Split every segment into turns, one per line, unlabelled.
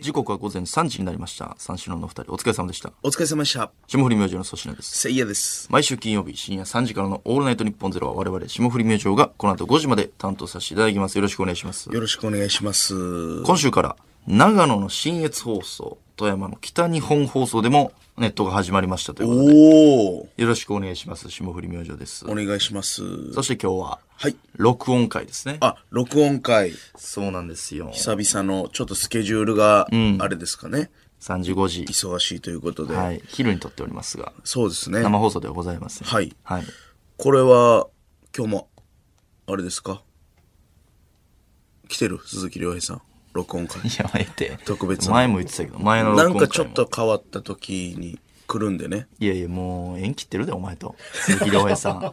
時刻は午前3時になりました。三四郎のお二人、お疲れ様でした。
お疲れ様でした。
霜降り明星の粗品です。
せいやです。
毎週金曜日深夜3時からのオールナイトニッポンゼロは我々霜降り明星がこの後5時まで担当させていただきます。よろしくお願いします。
よろしくお願いします。
今週から長野の新越放送、富山の北日本放送でもネットが始まりましたということで、
おお、
よろしくお願いします。霜降り明星です
お。願いします。
そして今日は、
はい。
録音会ですね。
あ、録音会、
そうなんですよ。
久々の、ちょっとスケジュールが、あれですかね、
3時5時、
忙しいということで。
はい、昼に撮っておりますが、
そうですね。
生放送ではございません。
はい
はい。
これは、今日も、あれですか来てる鈴木亮平さん、録音会。
やめて。
特別な
前も言ってたけど、前の録
な
音
ん
会も
かちょっと変わった時に来るんでね。
いやいや、もう、縁切ってるで、お前と。鈴木亮平さん。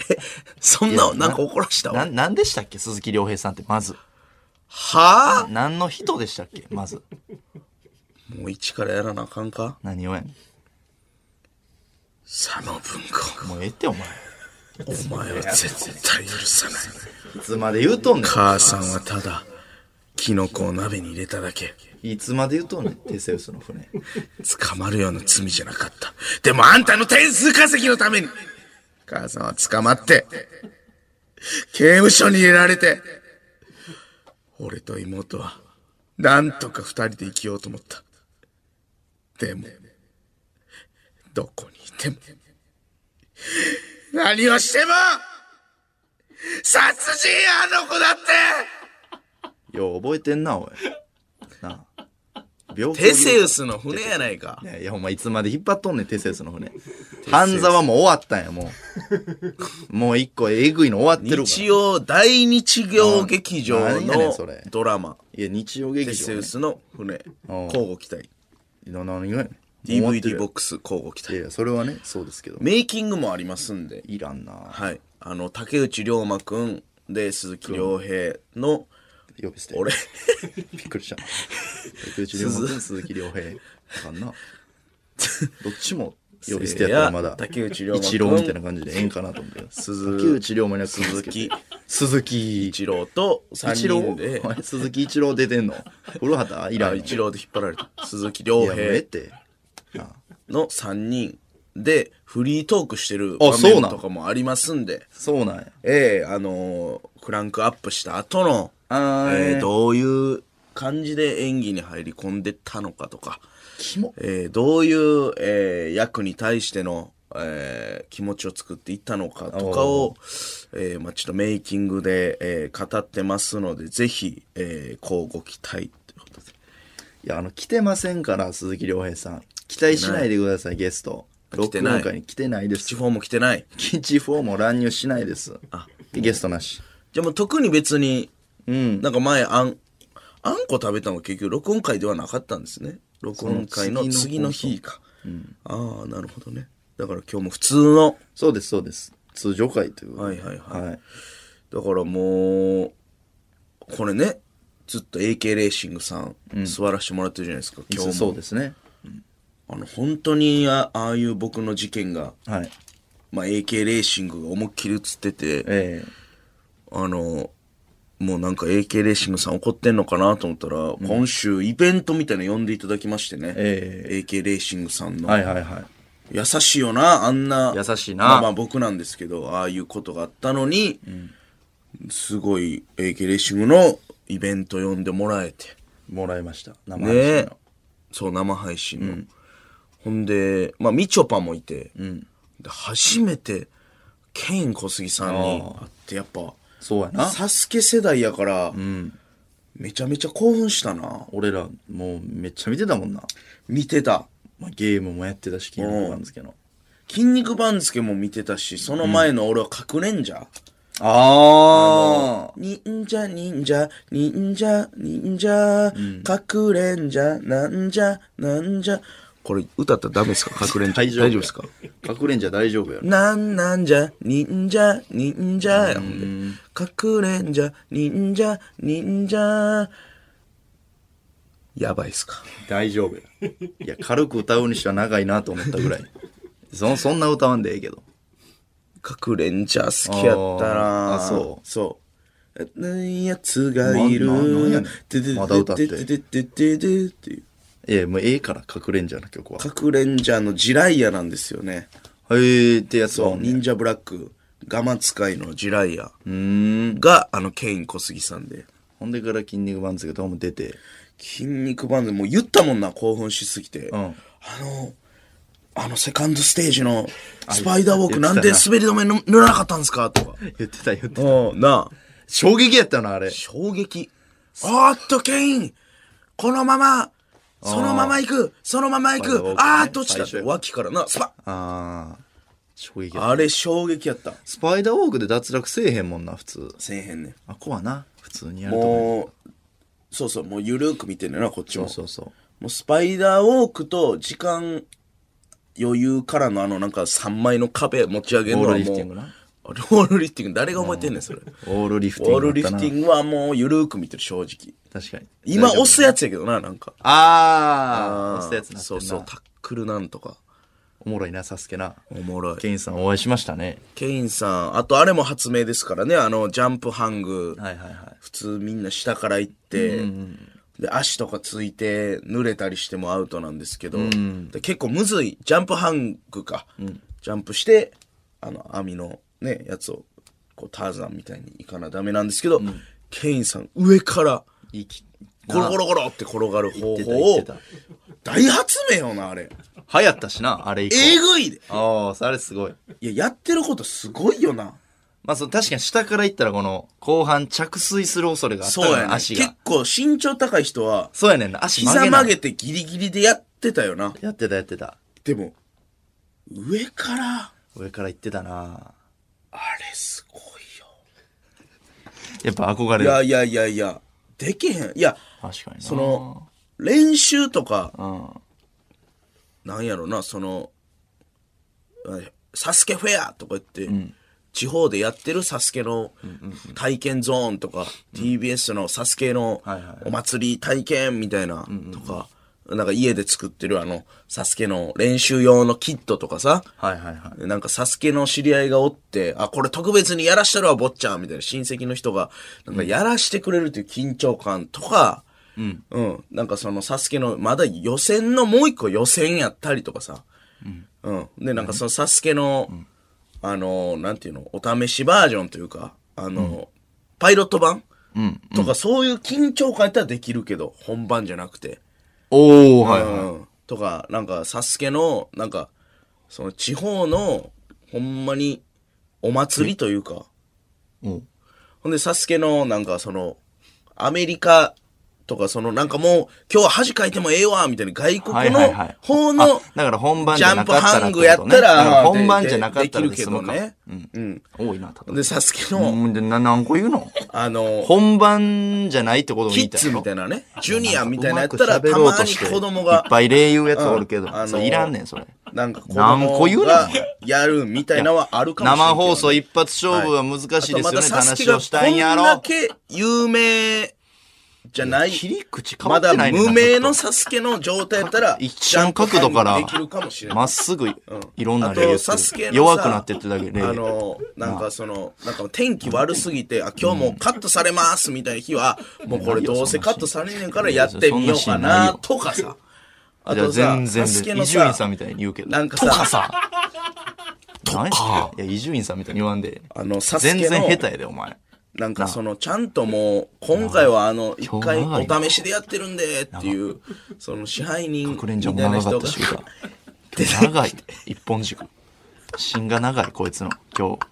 そんな、なんか怒らした
な、
わ。
なんでしたっけ鈴木亮平さんって、まず。
は
何の人でしたっけまず。
ぁもう一からやらなあかんか
何をやね
佐野文庫
ん。もうええって、お前。
お前は絶対許さない
いつまで言うとんね
母さんはただキノコを鍋に入れただけ
ん。いつまで言うとんねん、テセウスの船。
捕まるような罪じゃなかったでもあんたの点数稼ぎのために母さんは捕まって刑務所に入れられて俺と妹はなんとか二人で生きようと思ったでもどこにいても何をしても殺人あの子だって
よう覚えてんな、おい。なあ。病気
テセウスの船やないか
いやいや、お前いつまで引っ張っとんねん、テセウスの船。半沢もう終わったんや、もう。もう一個えぐいの終わってるから。
日曜大日曜劇場
何やねんそ
の
れ
ドラマ
いや、日曜
「
劇
テセ
場、
ウ
ね。
スの船」
うん
交互期待
な何がやねん。
DVD ボ
僕
ックス交互期
いや
待
いや、それはね、そうですけど。
メイキングもありますんで
いらんな。
はいあの竹内涼真くんで鈴木亮平の
呼び捨て。
俺
びっく りした。竹内涼真君、鈴木亮平。あかん な。どっちも呼び捨てやったらまだ、
竹内涼真
一郎みたいな感じでええんかなと思って。
鈴
竹内涼真には鈴
木。
鈴木
一郎と3
一郎
人で
お前鈴木一郎出てんの古畑いら
あ
ん
一郎で引っ張られた鈴木亮
いやもうええっ
平
て
の3人でフリートークしてる
あ
場
そう
面
なん
とかもありますんで
そうなんや
ええあのークランクアップした後の、
あー
え
え
ー
ー
どういう感じで演技に入り込んでったのかとか、
キモ
えーどういう、えー役に対しての、えー気持ちを作っていったのかとかを、えーまあ、ちょっとメイキングで、えー語ってますので、ぜひ、えー、交互期待ということで。
いやあの来てませんから鈴木亮平さん期待しないでくださいゲスト
来
録
てない
音会に来てないで
地
す
方も来てない。
キッチ4も乱入しないですゲストなし
じゃあもう特に別に、
うん
なんか前、あん、あんこ食べたのは結局録音会ではなかったんですね。録音会の
その次
次
の
の日か。ああ、なるほどね。だから今日も普通の、
そうですそうです通常会ということで
はいはいはい
い
だからもう、これね、ずっと AK レーシングさん、座らせてもらってるじゃないですか、今日
そ
も。
うですね
あの、本当にあ、ああいう僕の事件が、
はい
まあ AK レーシングが思いっきり映ってて、
ええ
あの、もうなんか AK レーシングさん怒ってんのかなと思ったら、今週イベントみたいなの呼んでいただきましてね、
え
AK レーシングさんの、
はいはいはい
優しいよな、あんな。
優しいな
まあまあ僕なんですけど、ああいうことがあったのに、すごい AK レーシングのイベント呼んでもらえて。
もらいました生
ね
配信の
そう、生配信の。ほんで、まあ、みちょぱもいて、で初めて、ケイン小杉さんに会って、やっぱ、
そうやな
サスケ世代やから、めちゃめちゃ興奮したな。
俺らもうめっちゃ見てたもんな
見てた。
まあ、ゲームもやってたし、キングオブコントですけど。
筋肉番付も見てたし、その前の俺はかくれんじゃ。
ああ
忍者忍者忍者忍者、かくれんじゃなんじゃなんじゃこれ歌ったらダメですかかくれんじゃ
大
大
丈夫。
丈夫ですか
かくれんじゃ大丈夫や ろ。
なんなんじゃ忍者忍者やほんでかくれんじゃ忍者忍者やばいっすか
大丈夫や。いや、軽く歌うにしては長いなと思ったぐらい。そそんな歌わんでええけど。
かくれんじゃ好きやったな
あーあそう
そうやつがいる
まなんやねん
てて
まだ歌って
てててててっていう
いや、もうええから、隠れんじゃな曲は。
かくれんじゃの地雷屋なんですよね
へえってやつは、
忍者ブラックガマ使いの地雷屋
うーん。
があのケイン小杉さんで
ほんでから筋肉番付がどうも出て、
筋肉バンドもう言ったもんな興奮しすぎて、
ん
あのあのセカンドステージのスパイダーウォーク
言
な
っ
ん
てたな
で滑り止め塗らなかったんですかとか
言ってた言ってた。
うんなあ
衝撃やったな、あれ。
衝撃おーっとケインこのままそのまま行くそのまま行
スパイダーウォーク
く
ね
あーっと落ちたっ
最
て
初
脇からなスパッ
あー。衝撃やった
あれ衝撃やった
スパイダーウォークで脱落せえへんもんな、普通。
せえへんね
あ、こはな、普通にやると思う。
もうそうそうもうゆるーく見てんねんなこっち
そ
も
うそうそう。
もうスパイダーウォークと時間余裕からのあのなんか3枚の壁持ち上げるのはもう
ウォールリフティングな
あれウォールリフティング誰が覚えてんねんそれウ
オールリフティング。
ォールリフティ
グ。
ングはもうゆるーく見てる正直
確かに。
今押す
や
やつやけどななんか
あー。押すやつなってんな。
そうそうタックルなんとか
おもろいな、サスケな。
おもろい
ケインさんお会いしましたね。
ケインさんあとあれも発明ですからねあのジャンプハング、
はいはいはい。
普通みんな下から行って、で足とかついて濡れたりしてもアウトなんですけど、で結構むずいジャンプハングか、ジャンプしてあの網のねやつをこうターザンみたいにいかなダメなんですけど、ケインさん上から
いき、
ゴロゴロゴロって転がる方
言ってた
法
言っ
を
てた。
大発明よなあれ
流行ったしな、あれ以降。
えぐいで
ああ、それすごい。
いややってることすごいよな
まあ、その確かに下から行ったら、この、後半着水する恐れがあった
そう
よ
や
ね、
ね
足
結
が。
構身長高い人は
そうやねんな、足曲げな
膝曲げてギリギリでやってたよな
やってたやってた。
でも、上から、
上から行ってたな
あれすごいよ。
やっぱ憧
い
れ
や
る。
いやいやいや、できへん。いや、
確かにな
そ、の、練習とか、
うん。
なんやろな、その、えサスケフェアとか言って、地方でやってるサスケの体験ゾーンとか、TBS のサスケの
はいはい
お祭り体験みたいなとか、なんか家で作ってるあの、サスケの練習用のキットとかさ、
はいはいはい。
でなんか、サスケの知り合いがおって、あ、これ特別にやらしたるわ、坊ちゃんみたいな親戚の人が、なんか、やらしてくれるという緊張感とか、うん。なんか、その、サスケの、まだ予選の、もう一個予選やったりとかさ、うん。で、なんか、その、サスケの、あのー、なんていうの、お試しバージョンというか、あのー、パイロット版とか、そういう緊張感やったらできるけど、本番じゃなくて。
おおはいはい。
うん、とか、なんか、サスケの、なんか、その地方の、ほんまに、お祭りというか、
おう
ほんで、サスケの、なんか、その、アメリカとか、その、なんかもう、今日は恥かいてもええわ、みたいな、外
はい
国
は
の
いはい。
方
あ
の、
だから本番じゃなかったらってこと
ジャンプハングやったら
だから
で
本番じゃなかったら
できるけ
済
ど
むか
ね
うん。
うん。
多いな、たと
で、サスケ
え。
の、
うん、で、な、何個言うの
あの、
本番じゃないってことを
キ
言い
ッ
たい
ズ
の
みたいなね、ジュニアみたいなや
う
っ
まく
たら、
喋
た
ろう
ま
と
に
して
子供
い
が
っ、ぱい例言うやつおるけど、
うんあのー
それいらんねん、それ。
なんか子
何個言
供
うな
がやるみたいなのはあるかもしれない。
生放送一発勝負は難しいですよね、
あとまたサス
話
ケが
をしたんや
こんだ
ろ。
け有名じゃない。
切り口変わ
ま
って
だ
ないねんな
無名のサスケの状態やったら、
一緒の角度から
ジャンプハングできるかもしれない。
まっすぐいいろんな
あ
例言
と、
って
サスケの
る
さ
弱くなってってだけで
あの、なんかその、なんか天気悪すぎて、あ、今日もうカットされますみたいな日は、もうこれどうせカットされねえからやってみようかな、とかさ。あ
じゃあ
と
全
さ、
然別
サスケ
に
の
伊集院
さ
さ、んみたいに言うけど
なんか
と
さ
かさとかいや伊集院さんみたいに言わんで
あの、サス
全
ケ
然
の、
下手やでお前
なんかそのちゃんともう今回はあの一回
今日長いな
お試しでやってるんでっていうその支配人み
ク
た
レ
い
ンジャーも
な
長か
人
った
が
し今日 長い一本軸芯が長いこいつの今日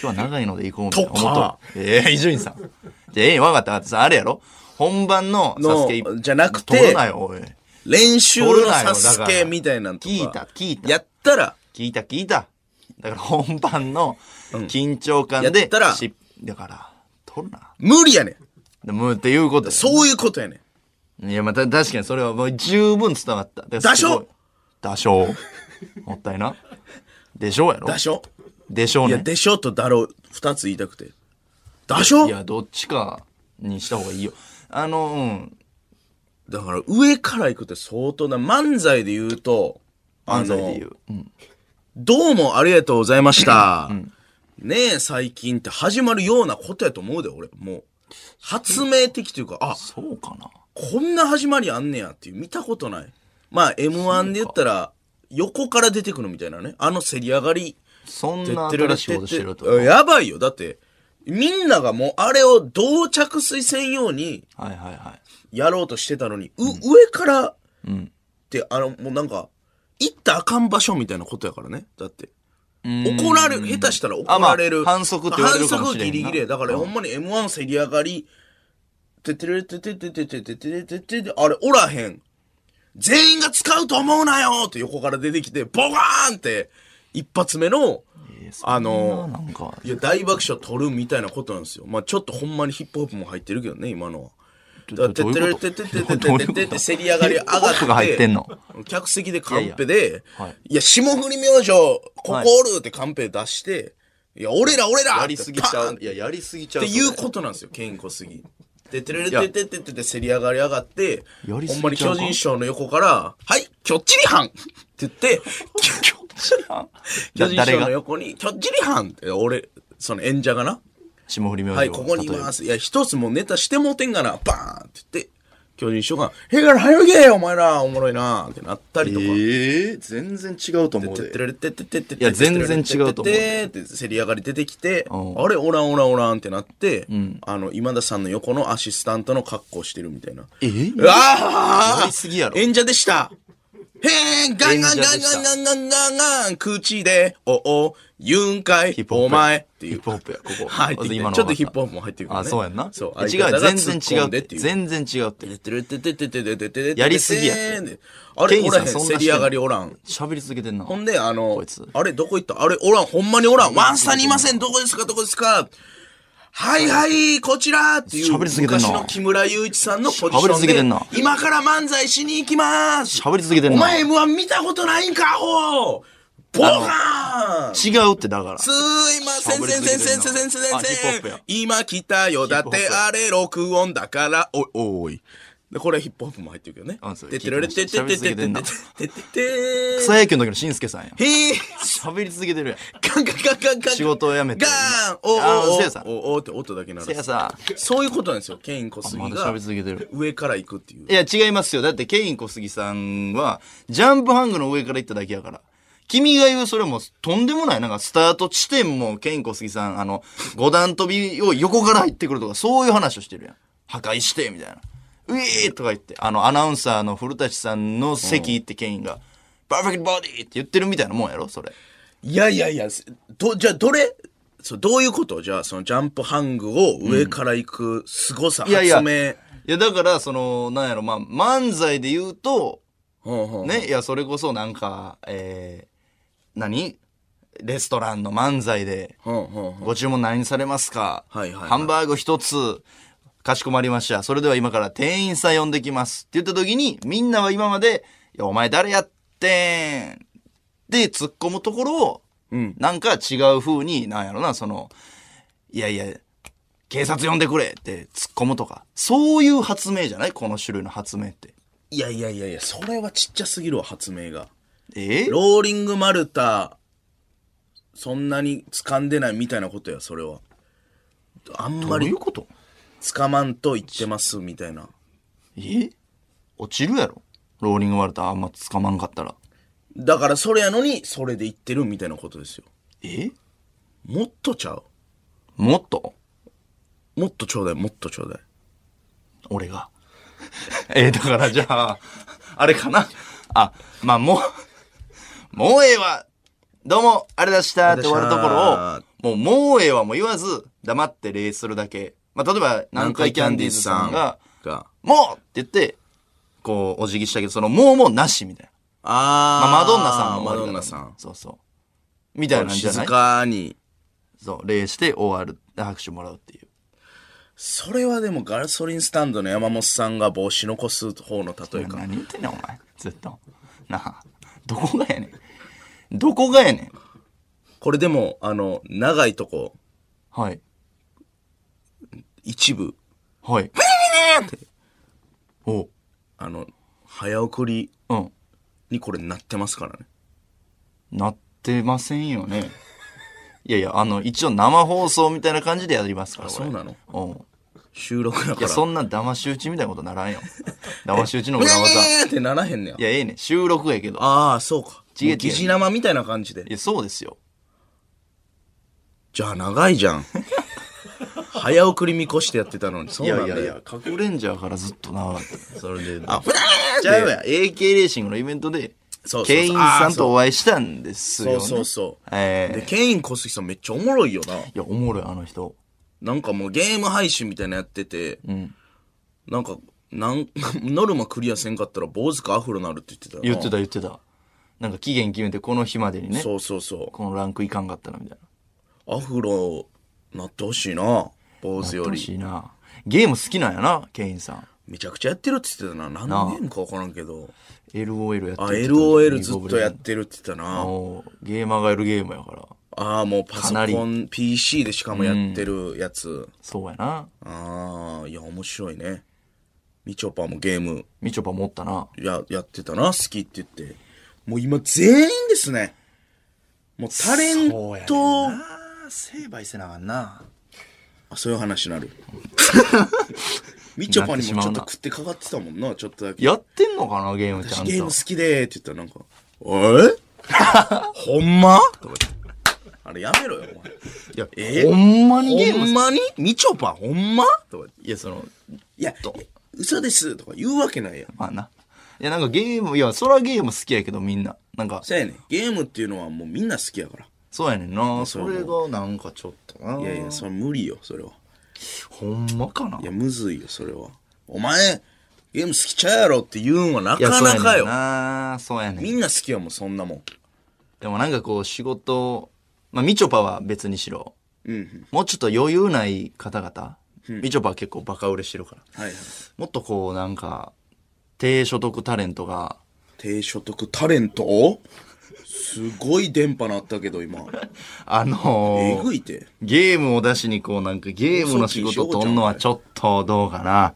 今日は長いので行こうみたいな思っ
と
と
か
るええ伊集院さんじゃあええわかったわかったさあれやろ本番のサスケ
のじゃなくて
取るなよおい
練習
取
の
るなよ
サスケみたいなのとか
聞いた聞いた
やったら
聞いた聞いた。だから本番の緊張感で、
やったら
しだから、取るな。
無理やねん
でもうっていうことだよ
そういうことやねん
いや、まあ、た確かにそれはもう十分伝わった。だ
だしょ
だしょもったいな。でしょうやろ
だしょ
でしょう
いや
ね。
でしょとだろ二つ言いたくてだしょ
いや、どっちかにした方がいいよ。あの、うん。
だから上から行くって相当な漫才で言うとあ
漫才
の
で言う。うん。
どうもありがとうございました。ねえ、最近って始まるようなことやと思うで、俺。もう。発明的というか、あ、
そうかな。
こんな始まりあんねやっていう、見たことない。まあ、M1 で言ったら、横から出てくるみたいなね。あのせり上がり。
そん
て
な
ってれれ
新し
てっ
いことしてると。
てやばいよ。だって、みんながもうあれをどう着水せんように
はいはいはい。
やろうとしてたのに、う上からっ
うん。
て、あの、もうなんか、行ったらあかん場所みたいなことやからね。だって。怒られる、下手したら怒
あまあ
られる。
反則って言われるかもしれんな
反則ギリギリやだから、
うん
ほんまに M1 せり上がり、ててれてててててててててて、あれ、おらへん。全員が使うと思うなよって横から出てきて、ボガーンって、一発目の、
えーそんな
あの、
なんか
いや、大爆笑取るみたいなことなんですよ。まあちょっとほんまにヒップホップも入ってるけどね、今のは。
ど
だて
どう
て
いう
れ
こと
てててて
どうい
て
うこ
て
と
てて、せり上がり上
ヒ
が
ップホップが入ってんの
って、客席でカンペで
やはい、
いや、霜降り明星、ここおるってカンペ出して、いや、俺ら俺ら
やりすぎちゃ
パーン
う。
っ
いや、やりすぎちゃう。。
ていうこととなんですよ、健康すぎ。で、てれててててて、せり上がり上がって、
やりすぎちゃうか
ほんまに巨人師匠の横から、はい、きょっちりはんって言って、 巨人師
誰
匠の
が
横に、きょっちりはんって、俺、その演者がな、
霜降り明星。。
はい、ここにいますす。いや、一つもうネタしてもうてんがな、バーンって言って、巨人師匠が、へから早いけお前ら、おもろいなってなったりとか。
ええ、全然違うと思う
てって
で。
れれてってってってって
いや全然違うと思う
てってってってせり上がり出てきて、
うん
あれ、おらんおらんおらんってなって、あの、今田さんの横のアシスタントの格好してるみたいな。
え
うわあ
やりすぎやろ
演者でしたへーガンガン
演
ガ
者
ン
でした
ガンガンガンガンガン口で、おお、言うんかい
ヒッ、プホップ
お前っていう。
ヒップホップやこ こ
入ってきて
今の
ちょっとヒップホップも入ってくる、ね。
あ、そうやんな。
そう。
いや
相
違
方
う、
が
全
突
然
っ
違
込
うん
で
ってて。
いう
全然違うって。
てれてててててててて
やりすぎや
てあれ、
ケイ
お
ンさ
ら
ん
へん、
そんな
せり上がりおらん。
喋り続けてんな。
ほんで、あの
こいつ、
あれ、どこ行ったあれ、おらん、ほんまにおらん。ワンスタにいません、どこですか、どこですか。はいはい、こちらっていう、
喋り続けてんな
昔の木村祐一さんのポジシ
喋り
ョン
続けてんな
で、今から漫才しに行きます。
喋り続けてん
お
な。
前 M1 見たことないんか、ほボガーン
違うってだから。
すいません、
喋り
先
す
生、
ぎてん
先
な
生、先生、
あヒップホッ
先
プや
生。今来たよ。だっ
ヒッ
て
プホッ
あれ録音だから、おい、おい。で、これヒップホップも入ってるけどね
うんそ。う
でてれれてて
喋り
て
す
て
ぎ
て
てんな
ててて
草野球の時のしんすけさんや。
へえ。
喋り続けてるやん。
ガンガンガンガンガン。
仕事を辞めて
ガーンおーおー
あー
お
せやさん
ーおーおーって音だけ鳴らす
せやさん。
そういうことなんですよ。ケイン小杉
まだ
が
喋り続けてる。
上から行くっていう
い。や、違いますよ。だって、ケイン小杉さんは、ジャンプハングの上から行っただけやから。君が言う、それも、とんでもない。なんか、スタート地点も、ケイン小杉さん、あの、五段飛びを横から入ってくるとか、そういう話をしてるやん。破壊して、みたいな。うえーとか言って、あの、アナウンサーの古舘さんの席行って、ケインが、パーフェクトボディって言ってるみたいなもんやろ、それ。
いやいやいや、ど、じゃあどれそう、どういうことじゃあ、そのジャンプハングを上から行く凄さ、
いやいや
発明。
いや、だから、その、なんやろ、まあ、漫才で言うと、
ほうほうほう
ね、いや、それこそなんか、えー、何レストランの漫才で、
ほうほうほう
ご注文何にされますか、
はいはいはい
ハンバーグ一つ、かしこまりました。それでは今から店員さん呼んできます。って言った時に、みんなは今まで、いや、お前誰やってんって突っ込むところを、
うん
なんか違う風に、なんやろな、その、いやいや、警察呼んでくれって突っ込むとか、そういう発明じゃないこの種類の発明って。
いやいやいやいや、それはちっちゃすぎるわ、発明が。
えー
ローリングマルタ、そんなに掴んでないみたいなことや、それは。あん
ど
ま
う
り
いうこと
掴まんと言ってます、みたいな。
え落ちるやろローリングワルターあんま捕まんかったら。
だからそれやのに、それで言ってるみたいなことですよ。
え
もっとちゃう。
もっと
もっとちょうだい、もっとちょうだい。
俺が。 えだからじゃあ、あれかなあ、まあもう、もうええわどうも、あれだしたって終わるところを、もうもうええわも言わず、黙って礼するだけ。まあ例えば、南海キャンディーズさんが、
が。
もうって言って、こう、お辞儀したけど、その、もうもうなしみたいな。
あ
ま
ー
あ、マドンナさんの
マ
終わ
ド
り方
ンナさん。
そうそう。みたいなんじゃな
静
い
かに。
そう、礼して終わる。拍手もらうっていう。
それはでもガソリンスタンドの山本さんが帽子残す方の例えか。
何言ってんねん、お前。ずっと。なあ、どこがやねん。どこがやねん。
これでも、あの、長いとこ、
はい。
一部、
はい。おう。
あの、早送り
うん。
にこれなってますからね。
なってませんよね。いやいや、あの、一応生放送みたいな感じでやりますから、これ
そうなの
うん。
収録だ
い
か
や、
ら。
そんな騙し討ちみたいなことならんよ。騙し討ちの
う
裏技。い
えーってならへんね
や、
や。
ええねん収録やけど。
ああ、そうか。
違う違う
疑似生みたいな感じで
い。や、そうですよ。
じゃあ長いじゃん。 早送り見越してやってたのに。そ
いう
なん
や
だ
い
よ。
やいや、カクレンジャーからずっと長かった。それで。
あ、ふだー
ちゃうやん。AK レーシングのイベントで
そうそうそう、
ケインさんとお会いしたんですよ、
そ
ね。
うそうそう。
ええ
で、ケイン小杉さんめっちゃおもろいよな。
いや、おもろい、あの人。
なんかもうゲーム配信みたいなのやってて、なんか、なん、 ノルマクリアせんかったら坊主かアフロなるって言ってたよな
言ってた言ってた。なんか期限決めて、この日までにね、
そうそうそ
このランクいかんかったな、みたいな。
う。アフロなってほしいな。坊主よ
楽し
り。
いな。ゲーム好きなんやな、ケインさん。
めちゃくちゃやってるって言ってたな。何年かわからんけど。
LOL やって
あ、
る
LOL ずっとやってるって言ってたな。
もう、ゲーマーがやるゲームやから。
ああ、もうパソ
かな
コン、PC でしかもやってるやつ。
そうやな。
ああ、いや、面白いね。みちょぱもゲーム
みちょぱ持ったな。
や、やってたな、好きって言って。もう今全員ですね。もうタレント、
成敗せなあかんな。
あ、そういう話に なる。みちょぱにもちょっと食ってかかってたもんな、ちょっとだけ。
やってんのかな、ゲームってあ
私
ん
ゲーム好
た。
きでーって言ったらなんか、え ほんまとか言ってあれやめろよ、お前。
いや、
え
ほんまにゲーム
ほんまにみちょぱほんまとか言って。
いや、その、
いや、嘘ですとか言うわけないやん。
まあな。いや、なんかゲーム、いや、そらゲーム好きやけど、みんな。なんか、
そうやねんゲームっていうのはもうみんな好きやから。
そうやねんな。
そ
そ
う
れが、なんかちょっとな。
いやいや、それ無理よ、それは。
ほんまかない
や、むずいよ、それは。お前、ゲーム好きちゃうやろって言うんはなかなかよ。
そうやねんな。そうやね
み
ん。
んな好きやもん、そんなもん。
でもなんかこう、仕事、まあ、みちょぱは別にしろ。
うん。
もうちょっと余裕ない方々。みちょぱは結構バカ売れしてるから。
はいはい。
もっとこう、なんか、低所得タレントが、
低所得タレントすごい電波なったけ ど、今。
あ
え
のー
ぐいて。
ゲームを出しにこうなんかゲームの仕事とんのはちょっとどうかな。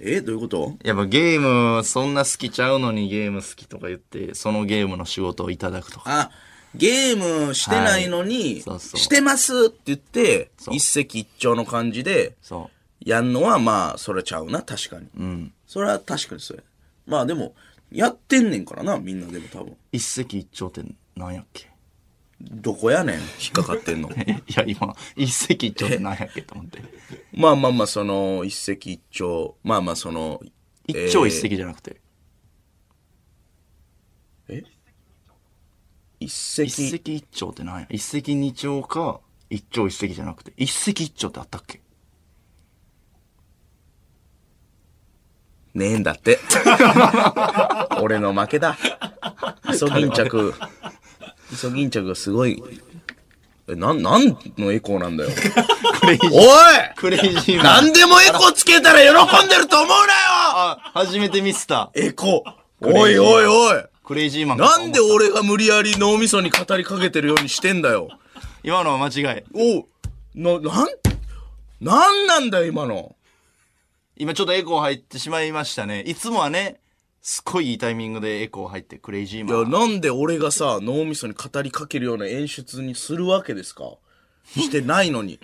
えどういうこと
やっぱゲームそんな好きちゃうのにゲーム好きとか言って、そのゲームの仕事をいただくとか。
あ、ゲームしてないのに、
はいそうそう
してますって言って、
う
一石一鳥の感じで、
そ
やんのはまあそれちゃうな確かに、それは確かにそれまあでもやってんねんからなみんなでも多分
う。一石一鳥ってなんやっけ
どこやねん引っかかってんの
いや、今、一石一鳥ってなんやっけと思って。
まあまあまあその一石一鳥まあまあその
一鳥一
えー
石じゃなくて。
一石
一石一鳥ってなんや一石二鳥か、一鳥一石じゃなくて。一石一鳥ってあったっ け
ねえんだって 俺の負けだイソギンチャクイソギンチャクがすごいえなんなんのエコーなんだよ
クレイジ
おい
ー。クレイジーな。
何でもエコーつけたら喜んでると思うなよ
あ、初めてミスター。
エコーおいおいおい
クレイジーマンかと
な
思
ん
っ
で
た
俺が無理やり脳みそに語りかけてるようにしてんだよ。
今のは間違い。
おうな、なん、なんなんだよ今の。
今ちょっとエコー入ってしまいましたね。いつもはね、すっごいいいタイミングでエコー入ってクレイジー
いや、
マン。
なんで俺がさ、脳みそに語りかけるような演出にするわけですかしてないのに。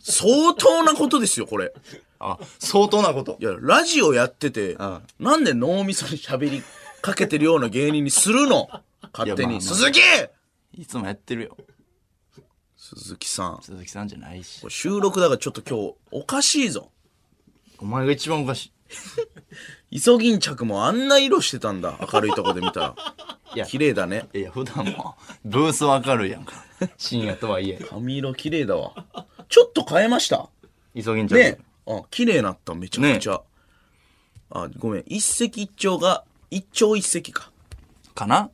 相当なことですよ、これ。
あ、相当なこと
い。や、ラジオやってて、
ん
なんで脳みそに喋りかけてるような芸人にするの勝手
いやまあま
に。
あ
鈴木
いつもやってるよ。
鈴木さん。こ
鈴木さんじゃないし
れ。収録だからちょっと今日、おかしいぞ。
お前が一番おかしい。
イソギンチャクもあんな色してたんだ。明るいとこで見たら。
いや
綺麗だね。
いやいや、普段も、ブースわかるやんか。深夜とはいえ。
髪色綺麗だわ。ちょっと変えました。
急ぎんちゃう
ね。あ、綺麗なった、めちゃくちゃ。あ、ごめん。一石一鳥が、一鳥一石か。
かな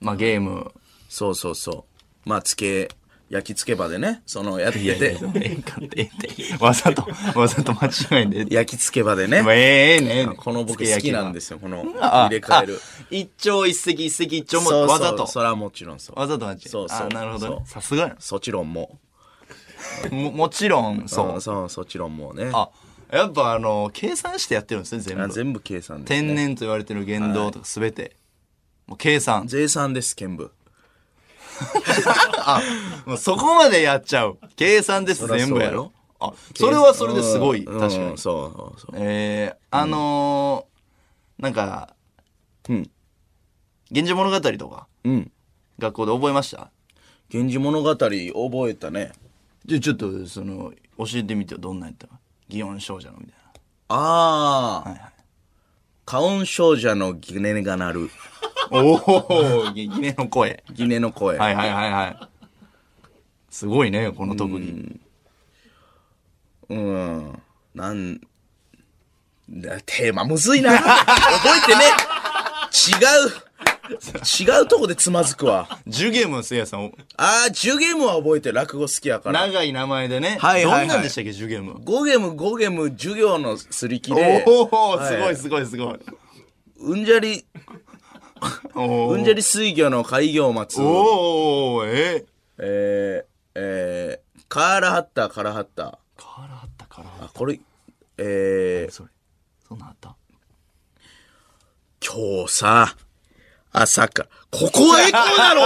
まあ、ゲーム。
そうそうそう。まあ、つけ、焼きつけ場でね、その、やってて、
ええんかって、ええって。わざと、わざと間違えんで。
焼きつけ場でね
まあ、。ええええねえね。。
この僕好きなんですすよ、この、
あ
入れ替える。
あ一鳥一石一石一鳥も
そうそう
わざと。
それはもちろんそう。
わざと間違え
そうそう
あなるほど
そ
ね
う
さすがや
そちろんも。
なももちろんそう、
うんそう、そちろんもね。
あやっぱあの計算してやってるんですね全
あ
部
全部計算です、ね。
天然と言われてる言動とか全て、もう計算
税産です、剣部。
あ、もうそこまでやっちゃう。計算です、
りゃ
全部やろ
そ。
あ、それはそれですごい、
うん
確かに
うん。そうそうそう。
えー、あのー、なんか、
うん。
源氏物語とか、
うん。
学校で覚えました
源氏物語覚えたね。
じゃ、ちょっと、その、教えてみてよ、どんなんやったか。祇園少女のみたいな。
あ
は
あ、
いはい。
カオン少女のギネが鳴る。
おお、ぎぎねの声。
ギネの声。
はいはいはいはい。すごいね、この特技。
うん。なん、だテーマむずいな。覚えてね。違う。違うとこでつまずくわ。
ジュゲムせいやさん、お
ああ、10ゲームは覚えてる落語好きやから。
長い名前でね。
はいはいはい
どんなんでしたっけ、ジュゲム。
5ゲーム、5ゲーム、授業のすり切れ。
おお、
は
すごいすごいすごい。
うんじゃり、
おー
うんじゃり水魚の開業松。
おおえー、
えー、えー、カーラハッター、カラハッター。
カラあったカラあっ
あ、これ、え
た
ー、
それそんなんあった
今日さ、朝から、ここはエコーだろ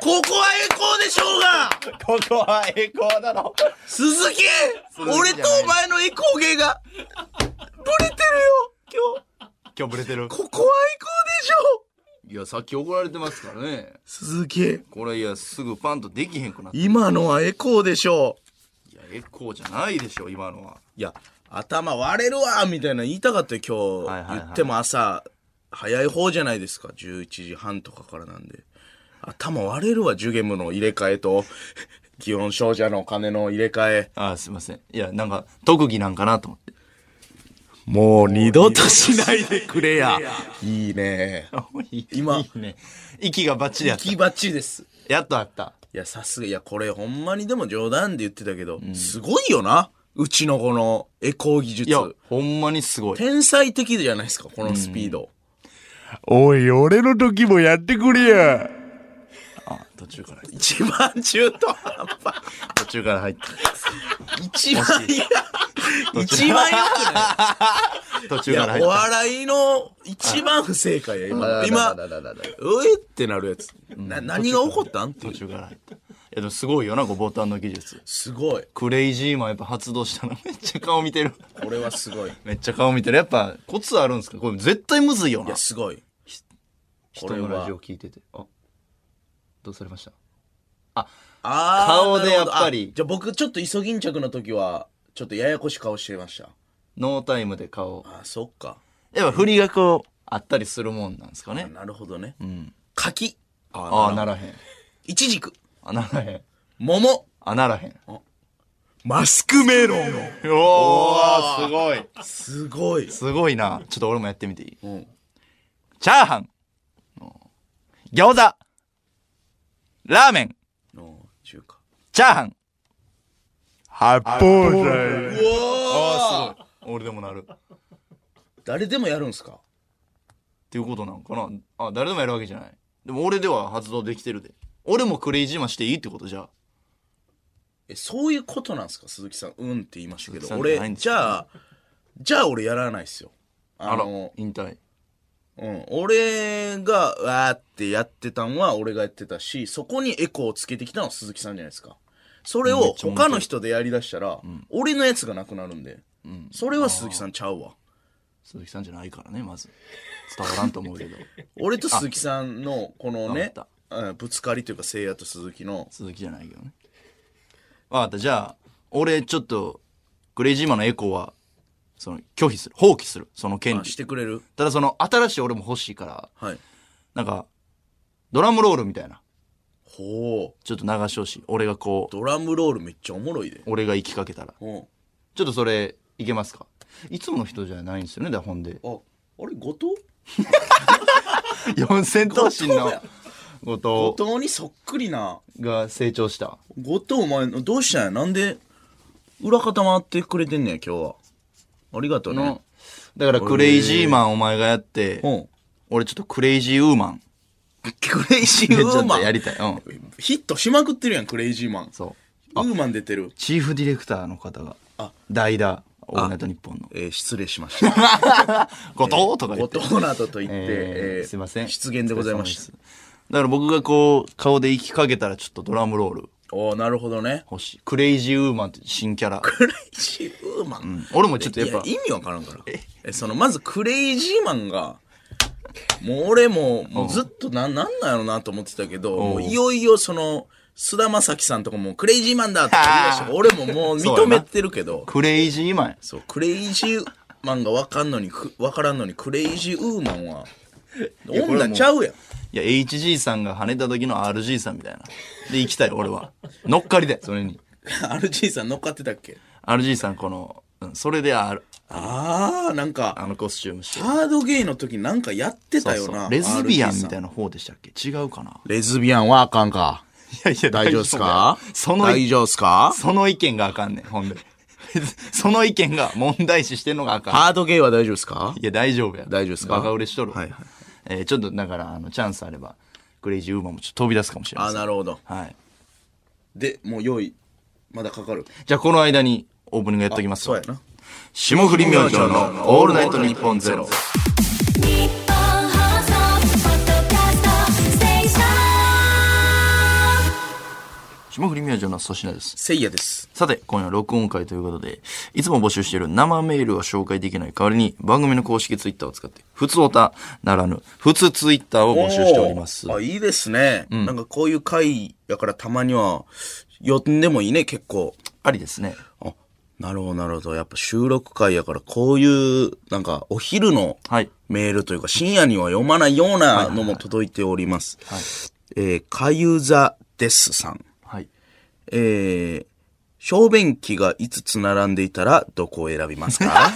ここはエコーでしょうが
ここは栄光だろ
鈴木
ない
俺とお前のエコー芸が、ブレてるよ今
今日ブレてる
日、ここはエコー
い
でしょ
やさっき怒られてますからね
鈴木、
これいやすぐパンとできへんくなってい
今のはエコーでしょ
や栄光じゃないでしょ今のはい
や、頭割れるわみたいな言いたかったよ今日、
はいはいはい
言っても朝、早い方じゃないですか。11時半とかからなんで。頭割れるわ、ジュゲムの入れ替えと、 祇園少女の金の入れ替え。
あーすいませんいやなんか特技なんかなと思って
もう二度としないでくれや。いいね。今
いいね息がバッチリやった
息バッチリです。
やっとあった
いや、さすが、いや、これほんまにでも冗談で言ってたけど、すごいよな。うちのこのエコー技
いや
術。
ほんまにすごい
天才的じゃないですか、このスピード。
おい、俺の時もやってくれや。
あ途中から
一番中途半端。
途中から入った
一番いや、一番よくない
途
い
中から
や、
入
お
った
笑いの一番不正解や、今。今、うえってなるやつ。な、何が起こったんってい
途中
う。
から入ったいやでもすごいよなこうボタンの技術
すごい。
クレイジーマンやっぱ発動したのめっちゃ顔見てる
これはすごい。い
めっちゃ顔見てるやっぱコツあるんですかこれ絶対むずいよな
や、すごい。こ
人
れ
のラ
は
ジオ聞いててあどうされました
あー
顔でやっぱり
なるほどあじゃあ僕、ちょっとイソギンチャクの時は、ちょっとややこしい顔してました。
ノータイムで顔
あー、そっか。
やっぱ振りがこうあったりするもんなんですかね
なるほどね。柿。
ああならへん
イチジク。
あならへん
桃。
あならへん
マスクメロン。
おーすごい
すごい。
すごいなちょっと俺もやってみていい
うん。
チャーハン餃子ラーメン
の中華。
チャーハン
八方斎。
ああすごい俺でもなる
誰でもやるんすか
っていうことなのかなあ誰でもやるわけじゃないでも俺では発動できてるで俺もクレイジーマンしていいってことじゃあ
え、そういうことなんすか鈴木さん、うんって言いましたけ
鈴
ど
木。さんじゃない
俺、
んです
じゃあ、じゃあ俺やらないっすよ。あ
あら
の、
引退
うん。俺が、わーってやってたんは俺がやってたし、そこにエコーをつけてきたのは鈴木さんじゃないですか。それ
めっ
を
ちゃ思って
他の人でやりだしたら、俺のやつがなくなるんで、それは鈴木さんちゃうわ。
鈴木さんじゃないからねまず伝わらんと思うけ ど
俺と鈴木さんの、このね
わか、
うんぶつかりというか、聖夜と鈴木の、
鈴木じゃないけどねわかったじゃあ俺ちょっとクレイジーマンのエコーはその拒否する放棄するその権
あ
利
してくれる
ただその新しい俺も欲しいから
はい。
なんかドラムロールみたいな
ほう。
ちょっと流してほしい俺がこう
ドラムロールめっちゃおもろいで。
俺が行きかけたら
うん。
ちょっとそれいけますかいつもの人じゃないんですよねだからほん で
あ、あれ、後藤
四千頭身の
後
後
藤にそっくりな。
藤が成長した。
後藤、お前、どうしたんやなんで、裏方回ってくれてんねや、今日は。ありがとうね
の。だからクレイジーマンお前がやって、
うん。
俺ちょっとクレイジーウーマン。
クレイ
ち
ジ ーウ
ょ
ー
っ
マ
と
ン。
やりたい。うん。
ヒットしまくってるやん、クレイジーマン。
そう。
ウーマン出てる。
チーフディレクターの方が、代打、オールナイトニッポンの。
えー、失礼しま した。
後藤とか言
後
って。
藤などと言って、
えーすいません。
失言でございました。
お疲れ様です。だから僕がこう、顔で息かけたらちょっとドラムロール
おおなるほどね。
欲しい。クレイジーウーマンって新キャラ。
クレイジーウーマン。
俺もちょっとやっぱ
い、意味わからんから。え、その、まずクレイジーマンが、もう俺も、もうずっとな、なんなんやろなと思ってたけど、もういよいよその、菅田将暉さんとかもクレイジーマンだって言い出し たから俺ももう認めてるけど、
クレイジーマンや。
そう、クレイジーマンがわかんのに、くわからんのに、クレイジーウーマンは、女ちゃうやん。
いや、HG さんが跳ねた時の RG さんみたいな。で、行きたい、俺は。乗っかりで、それに。
RG さん乗 っかってたっけ
RG さん、この、うん、それである、
ああ、なん
あ
か、
のコスチュームして。
ハードゲイの時なんかやってた
そ
よ
うそ
な。
うレズビアン
RG さ
み
ん
たいな方でしたっけ違うかな
レズビアンはあかんか。
いや いや
大丈夫っすか
その、
大丈夫っすか
その意見があかんねん、ほんで。 その意見が問題視してんのがあかん。
ハードゲイは大丈夫っすか
いや、大丈夫や。
大丈夫っすか
バカ売れしとる。
はいはい
えーちょっと、だから、あの、チャンスあれば、クレイジーウーマンもちょっと飛び出すかもしれま
あ、
せん。
なるほど。
はい。
で、もう用意、まだかかる。
じゃあ、この間にオープニングやっときます
そうやな。
霜降り明星のオールナイトニッポンゼロ。
日本放送ポッドキャストステーション
霜降り明星の粗品です。
せいやです。
さて、今夜は録音会ということで、いつも募集している生メールは紹介できない代わりに、番組の公式ツイッターを使って、普通オタならぬ、普通ツイッターを募集しております
おー。あ、いいですね。なんかこういう回やからたまには、呼んでもいいね、結構。
ありですね。
あ、なるほど、なるほど。やっぱ収録回やから、こういう、なんか、お昼の
はい
メールというか、深夜には読まないようなのも届いております。えー、かゆざですさん。
はい。
えー、小便器が5つ並んでいたら、どこを選びま すか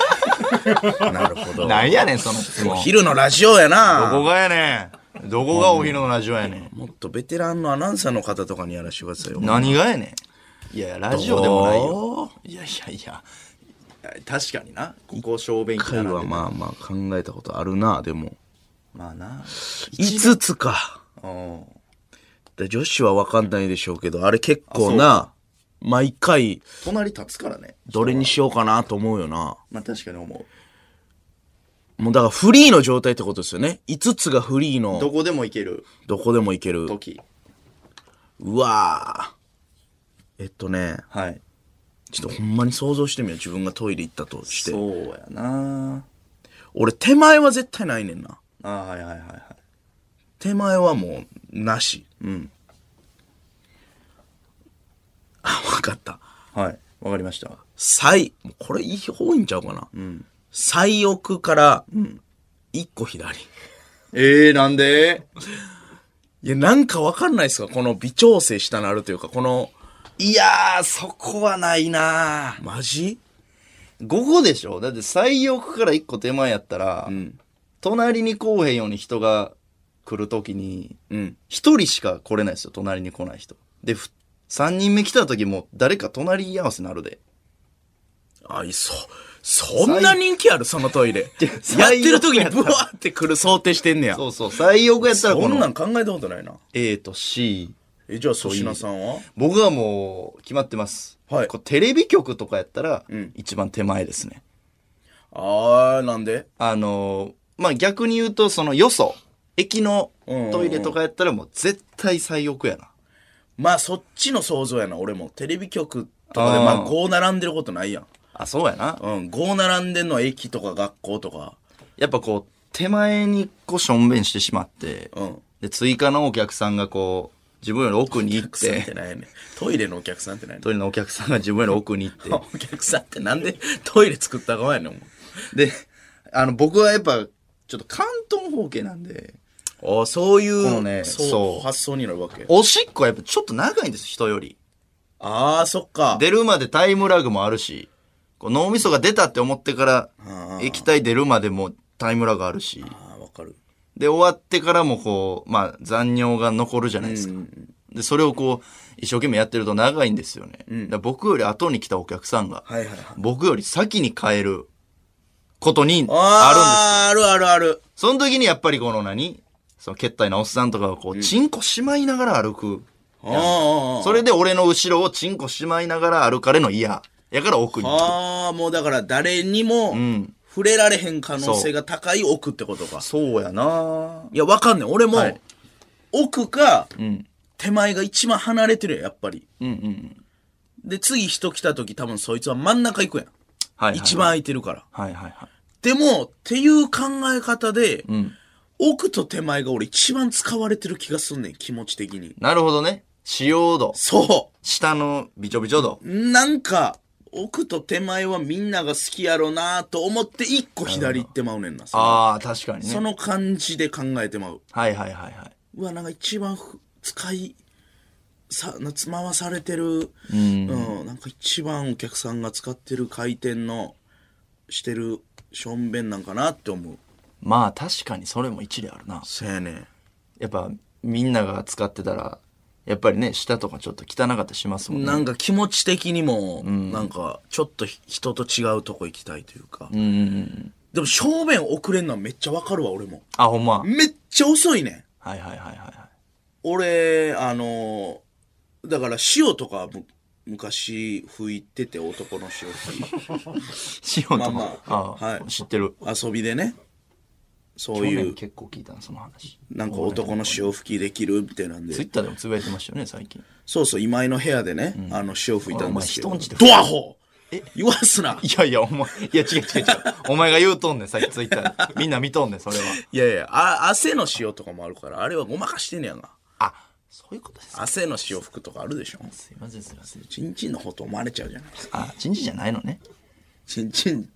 なるほど。
なんやねん、その質
お
問。
昼のラジオや
どこ
な。
がやねん。どこがお昼のラジオやねん。
もっとベテランのアナウンサーの方とかにやらしてくださいよ。
何がやねん。いやいや、ラジオでもないよ
ど。
いやいやいや。確かにな。ここ小便器
回
並んで
は
て
まあまあ考えたことあるな、でも。
まあな。
5つか。
うん。
で女子は分かんないでしょうけど、あれ結構な、毎回、
隣立つからね。
どれにしようかなと思うよな。
まあ確かに思う。
もうだからフリーの状態ってことですよね。5つがフリー
ど
の、
こでも行ける
どこでもいける。
時。
うわぁ。えっとね、
はい。
ちょっとほんまに想像してみよう。自分がトイレ行ったとして。
そうやな
俺手前は絶対ないねんな。
あーはいはいはいはい。
手前はもう、なし。うん。あ、わかった。
はい。わかりました。
最、もうこれいい多いんちゃうかな。うん。最奥から、一個左。
えー、なんで
いや、なんかわかんないっすかこの微調整したなるというか、この、
いやー、そこはないな
マジ
午後でしょだって最奥から一個手前やったら、隣に来おへんように人が来るときに、
うん。
一人しか来れないですよ、隣に来ない人。で、ふ三人目来た時も誰か隣に合わせなるで。
あ、いそう。そんな人気あるその トイレ。やってる時にブワーって来る想定してんねや。
そうそう、最奥やったら
そ
こ
んな
の
ん考え たことないな。
A と C。
え、じゃあ粗品さんは
僕はもう決まってます。
はい
こうテレビ局とかやったら、一番手前ですね。
あー、なんで
あのーまあ、逆に言うと、その、よそ、駅のトイレとかやったらもう絶対最奥やな。
まあそっちの想像やな、俺も。テレビ局とかで、
あー
まあ5並んでることないやん。
あ、そうやな。
うん、5並んでんのは駅とか学校とか。
やっぱこう、手前にこう、しょんべんしてしまって、
うん。
で、追加のお客さんがこう、自分より奥に行っ
お客さんって
て、
なんやねんトイレのお客さんってなんやね
トイレのお客さんが自分より奥に行
ん
っ
お客さんってなんでトイレ作った側やねん、お前
て、で、あの、僕はやっぱ、ちょっと関東方形なんで、
あそういう、
このね
そう
そう
発想になるわけ。
おしっこはやっぱちょっと長いんです、人より。
ああ、そっか。
出るまでタイムラグもあるし、こう脳みそが出たって思ってから
あ、ー
液体出るまでもタイムラグあるし。
ああ、わかる。
で、終わってからもこう、まあ、残尿が残るじゃないですか。で、それをこう、一生懸命やってると長いんですよね。だから僕より後に来たお客さんが、
はいはいはい
僕より先に変えることにあ
ああるんですあるあるある。
るんです。その時にやっぱりこの何その、けったいなおっさんとかがこう、チンコしまいながら歩く。
ああ
それで俺の後ろをチンコしまいながら歩かれの嫌。やから奥に行く。
ああ、もうだから誰にも
ん
触れられへん可能性が高い奥ってことか。
そうやない
や、わかんねん。俺も、
はい
奥か、
ん
手前が一番離れてるやん、やっぱり。
うんうんうん。
で、次人来た時多分そいつは真ん中行くやん。
はいはい。
一番。空いてるから。
はいはいはい。
でも、っていう考え方で、
ん
奥と手前が俺一番使われてる気がすんねん、気持ち的に。
なるほどね。使用度。
そ
下のびちょびちょ度。
うなんか、奥と手前はみんなが好きやろなと思って一個左行ってまうねんな。その
ああ、確かに
そ
ね。
の感じで考えてまう。
はいはいはいは
うわ、なんか一番ふ使い、さ、なつ回されてる、
い。うん。
うん、なんか一番お客さんが使ってる回転の、してる、しょんべんなんかなって思う。
まあ確かにそれも一理あるな。
せやねん。
やっぱみんなが使ってたら、やっぱりね、下とかちょっと汚かったりしますもんね。
なんか気持ち的にも、なんかちょっとひ人と違うとこ行きたいというか。
うんうんうん。
でも正面遅れんのはめっちゃわかるわ、俺も。
あ、ほんま。はい
めっちゃ遅いねん。
はいはいはいは
俺、あのーだから塩とかむ昔吹いてて男の塩 吹き。
い。シオンとか。
まあまあ
あー
はい
知ってる。
遊びでね。そう
去
い
年
う、
結構聞いたな、その話。
なんか男の塩吹きできるみたいなんで
ツイ。ッターでもつぶやいてましたよね、最近。
そうそう、今井の部屋でね、あの、塩吹いたんですけど。
お前人んちで
ドアホ
え
言わすない
やいや、お前、いや違う違う違う。お前が言うとんねん、さっきツイッターで。みんな見とんねん、それは。
いやいや、あ汗の塩とかもあるから、あれはごまかしてんねやな。
あ、そういうことですか。
汗の塩服とかあるでしょ
すいません、すいません。
チンチンのこと思われちゃうじゃないですか。
あ、人事じゃないのね。
チンチン、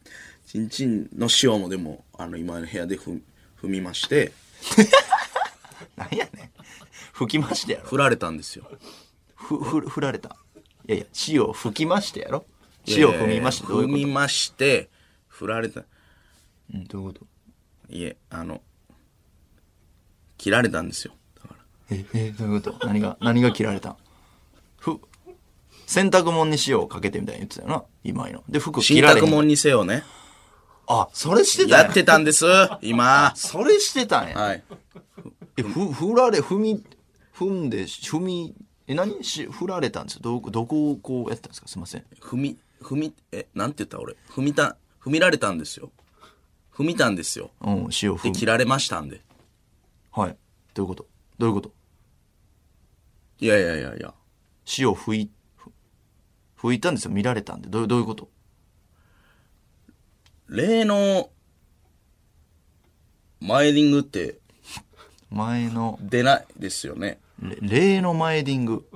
チンチンの塩もでも、あの、今の部屋で踏踏みまして、
なんやねん。吹きましてやろ。
振られたんですよ。
ふ、ふ、振られた。いやいや、死を吹きましてやろ。死を踏みまして、どういう
踏み
こ
まして、振られた。
とうん、どういうこと
いえ、あの、切られたんですよ。だから。
え、え、どういうこと何が、何が切られたんふ、洗濯物に塩をかけてみたいに言ってたよな、今井の。で、服
新
切られへ
宅
ん
門にせよね。
あ、それしてたん
やってたんです、今。
それしてたんや。
はい。
え、ふ、振られ、踏み、踏んで、踏み、え、何し、振られたんですよ。どこ、どこをこうやってたんですかすいません。
踏み、踏み、え、なんて言った俺。踏みた、踏みられたんですよ。踏みたんですよ。
うん、塩
で、
踏
切
み。
られましたんで。
はい。どういうことどういうこと
いやいやいやいや。
塩拭い、ふ拭いたんですよ。見られたんで。どうどういうこと
例の、マイディングって
前の、
出ないですよね。
れ例の前ディング。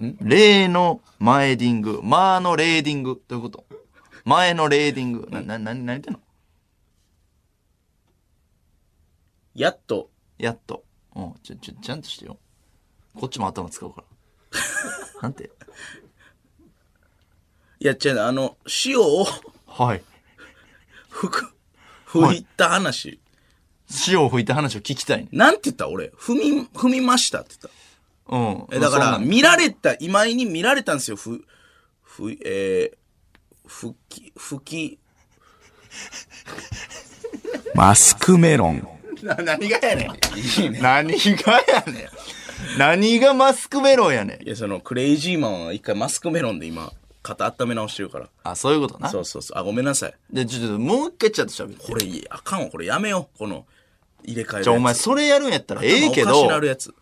ん例の前ディング。まのレーディング。どういうこと前のレーディング。な、な、な、何言ってんの
やっと、
やっと。うん、ちょ、ちょ、ちゃんとしてよ。こっちも頭使うから。なんて
いや、違う、あの、塩を
はい。
吹く、拭いた話。
塩を拭いた話を聞きたいね。
なんて言った俺。踏み、踏みましたって言っ
うん。
た。え、だか
そん
ら、
なん
見られた、今井に見られたんですよ。ふ、ふ、えー、ふき、ふき、
マスクメロン。
何がやねん。何がやねん。何がマスクメロンやねん
い。や、その、クレイジーマンは一回マスクメロンで今、肩温め直してるから。
あ、そういうことな。
そうそうそう。あ、ごめんなさい。
で、ちょ、ちょ、もう一回ちゃんと喋って。
これ、いやあかんわ。これやめよう。この、入れ替えるやつ
じゃあお前、それやるんやったらええけ
頭おかし
ど。
なるやつ。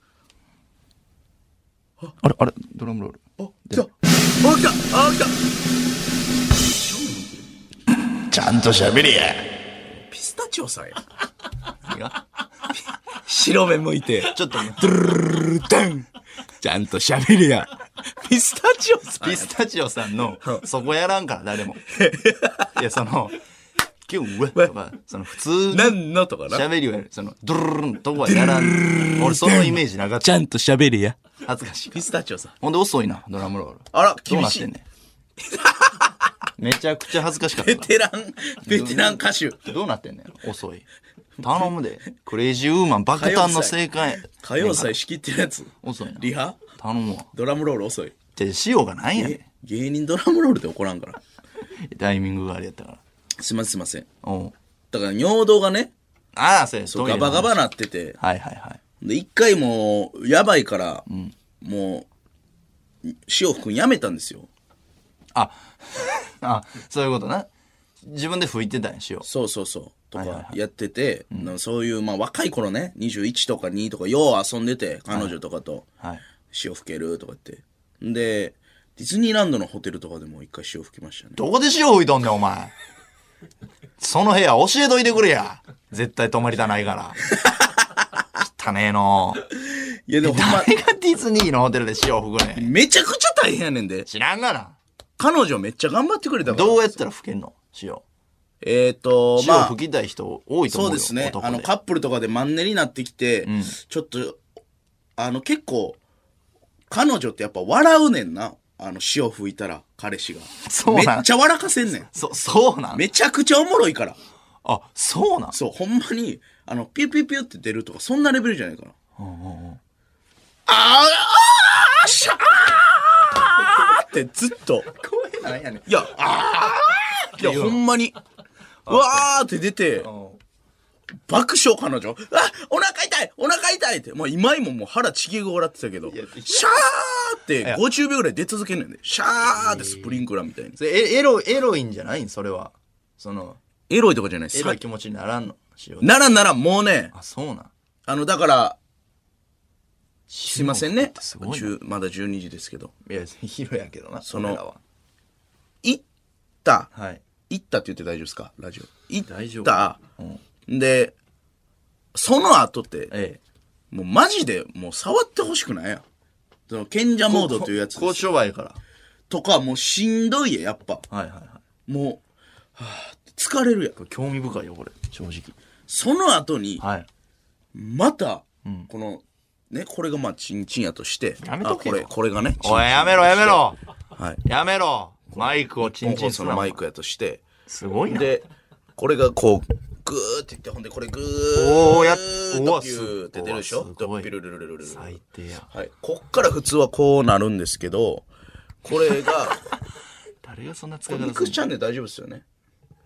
あれ、あれ、ドラムロール。
あ、来た。あ、来た。あ、来
ち
た。
ゃんと喋れや。
ピスタチオさんや。白目向いて、
ちょっとね、
ちゃんと喋るや。ピスタチオさん
ピ
や。
スタチオさんの、そこやらんから、誰 も。いや、その、今日、うわ、とか、その、普通に
なんのとかな。
喋りをやる。その、ドゥルルルンとこはやらん。俺、そのイメージなかった。
ゃんと喋るや。
恥ずかしいから
ピ。スタチオさん。
ほんで遅いな、ドラムロール。
あら、
どう
厳
なっ
してい
ん。ねん。めちゃくちゃ恥ずかしかった
ベ
か
テラン、ベテラン歌手。
ら。どうなってんねん、遅い。頼むで。クレイジーウーマン爆誕の正解。
歌謡祭仕切ってるやつ。
遅いな。
リハ
頼むわ。
ドラムロール遅い。
じゃ、しようがないやねん
え。芸人ドラムロールで怒らんから。
タイミングがあれやったから。
すいません、すいません。
おう
だから尿道がね、
ああ、そうや、
そう
トイレ
ガ
の
バ
話
ガバなってて、
はいはいはい。
で、一回もう、やばいから、もう、塩吹くんやめたんですよ。
あ、あ、そういうことな。自分で拭いてたんやしよ
そうそうそう。とかやってて、なんかそういう、まあ若い頃ね、21とか2とか、よう遊んでて、彼女とかと、
はい。
潮吹けるとかって。で、ディズニーランドのホテルとかでも一回潮吹きましたね。
どこで塩置いとんねん、お前。 その部屋教えといてくれや。絶対泊まりたないから。汚ねえの。
いやでもほんま、
誰がディズニーのホテルで塩吹くねん。
めちゃくちゃ大変やねんで。
知らんがな。
彼女めっちゃ頑張ってくれたから。
どうやったら吹けんの塩。
えっ、と、
塩
まあ、
吹きたい人多いと思
そうう
よ。
ですね。
男
あの、カップルとかでマンネリになってきて、ちょっと、あの、結構、彼女ってやっぱ笑うねんな。あの、潮吹いたら、彼氏が。
そう
め
なん
っちゃ笑かせんねん。
そ、そうなん
めちゃくちゃおもろいから。
あ、そうなん
そう、ほんまに、あの、ピュピュピュって出るとか、そんなレベルじゃないかな。あーあーしゃーってずっと。
声なんやねん。
いや、あーいや、ほんまに。うわーって出て、爆笑彼女。あお腹痛いお腹痛いって。まあ今にももう腹ちぎれが笑ってたけど、シャーって50秒ぐらい出続けんねんで。シャーってスプリンクラーみたいに。
それエエロ、エロいんじゃないんそれは。その、
エロいとかじゃないで
エ
す。
ロい気持ちにならんの塩で。
ならんならんもうね、
あ、そうなん
あの、だから、
す
すいませんね。
すごいな。
10まだ12時ですけど。
いや、広やけどな、そ
その
の。は
行った、
はい。
行ったって言って大丈夫ですかラジオ。行った。
大丈夫
で、その後って、
ええ。
もうマジでもう触ってほしくないやん。その賢者モードというやつ
こ
で
う
す
商売から。
とかもうしんどいやんやっぱ。
はいはいはい。
もう、はぁ疲れるやん
こ。れ興味深いよ、これ。正直。
その後に、
はい。
また、この、ね、これがまあチンチンやとして、
やめとけよ
あこれ、これがね、
おい、やめろやめろ
はい。
やめろマイクをチンチ
チン
ン
チ
す
ン
る
の
な
マイクやとして、
すごいな。
で、これがこう、グーっていって、ほんでこれグー
おーやっ
ッ
う
と
わ
ピューって出るでしょ
すごい
ピルルルルルルル。
最低や。
はい。こっから普通はこうなるんですけど、これが、
誰がそんな使
こ
い
れ
方
ミ
す
ク
る
ちゃんで大丈夫ですよね。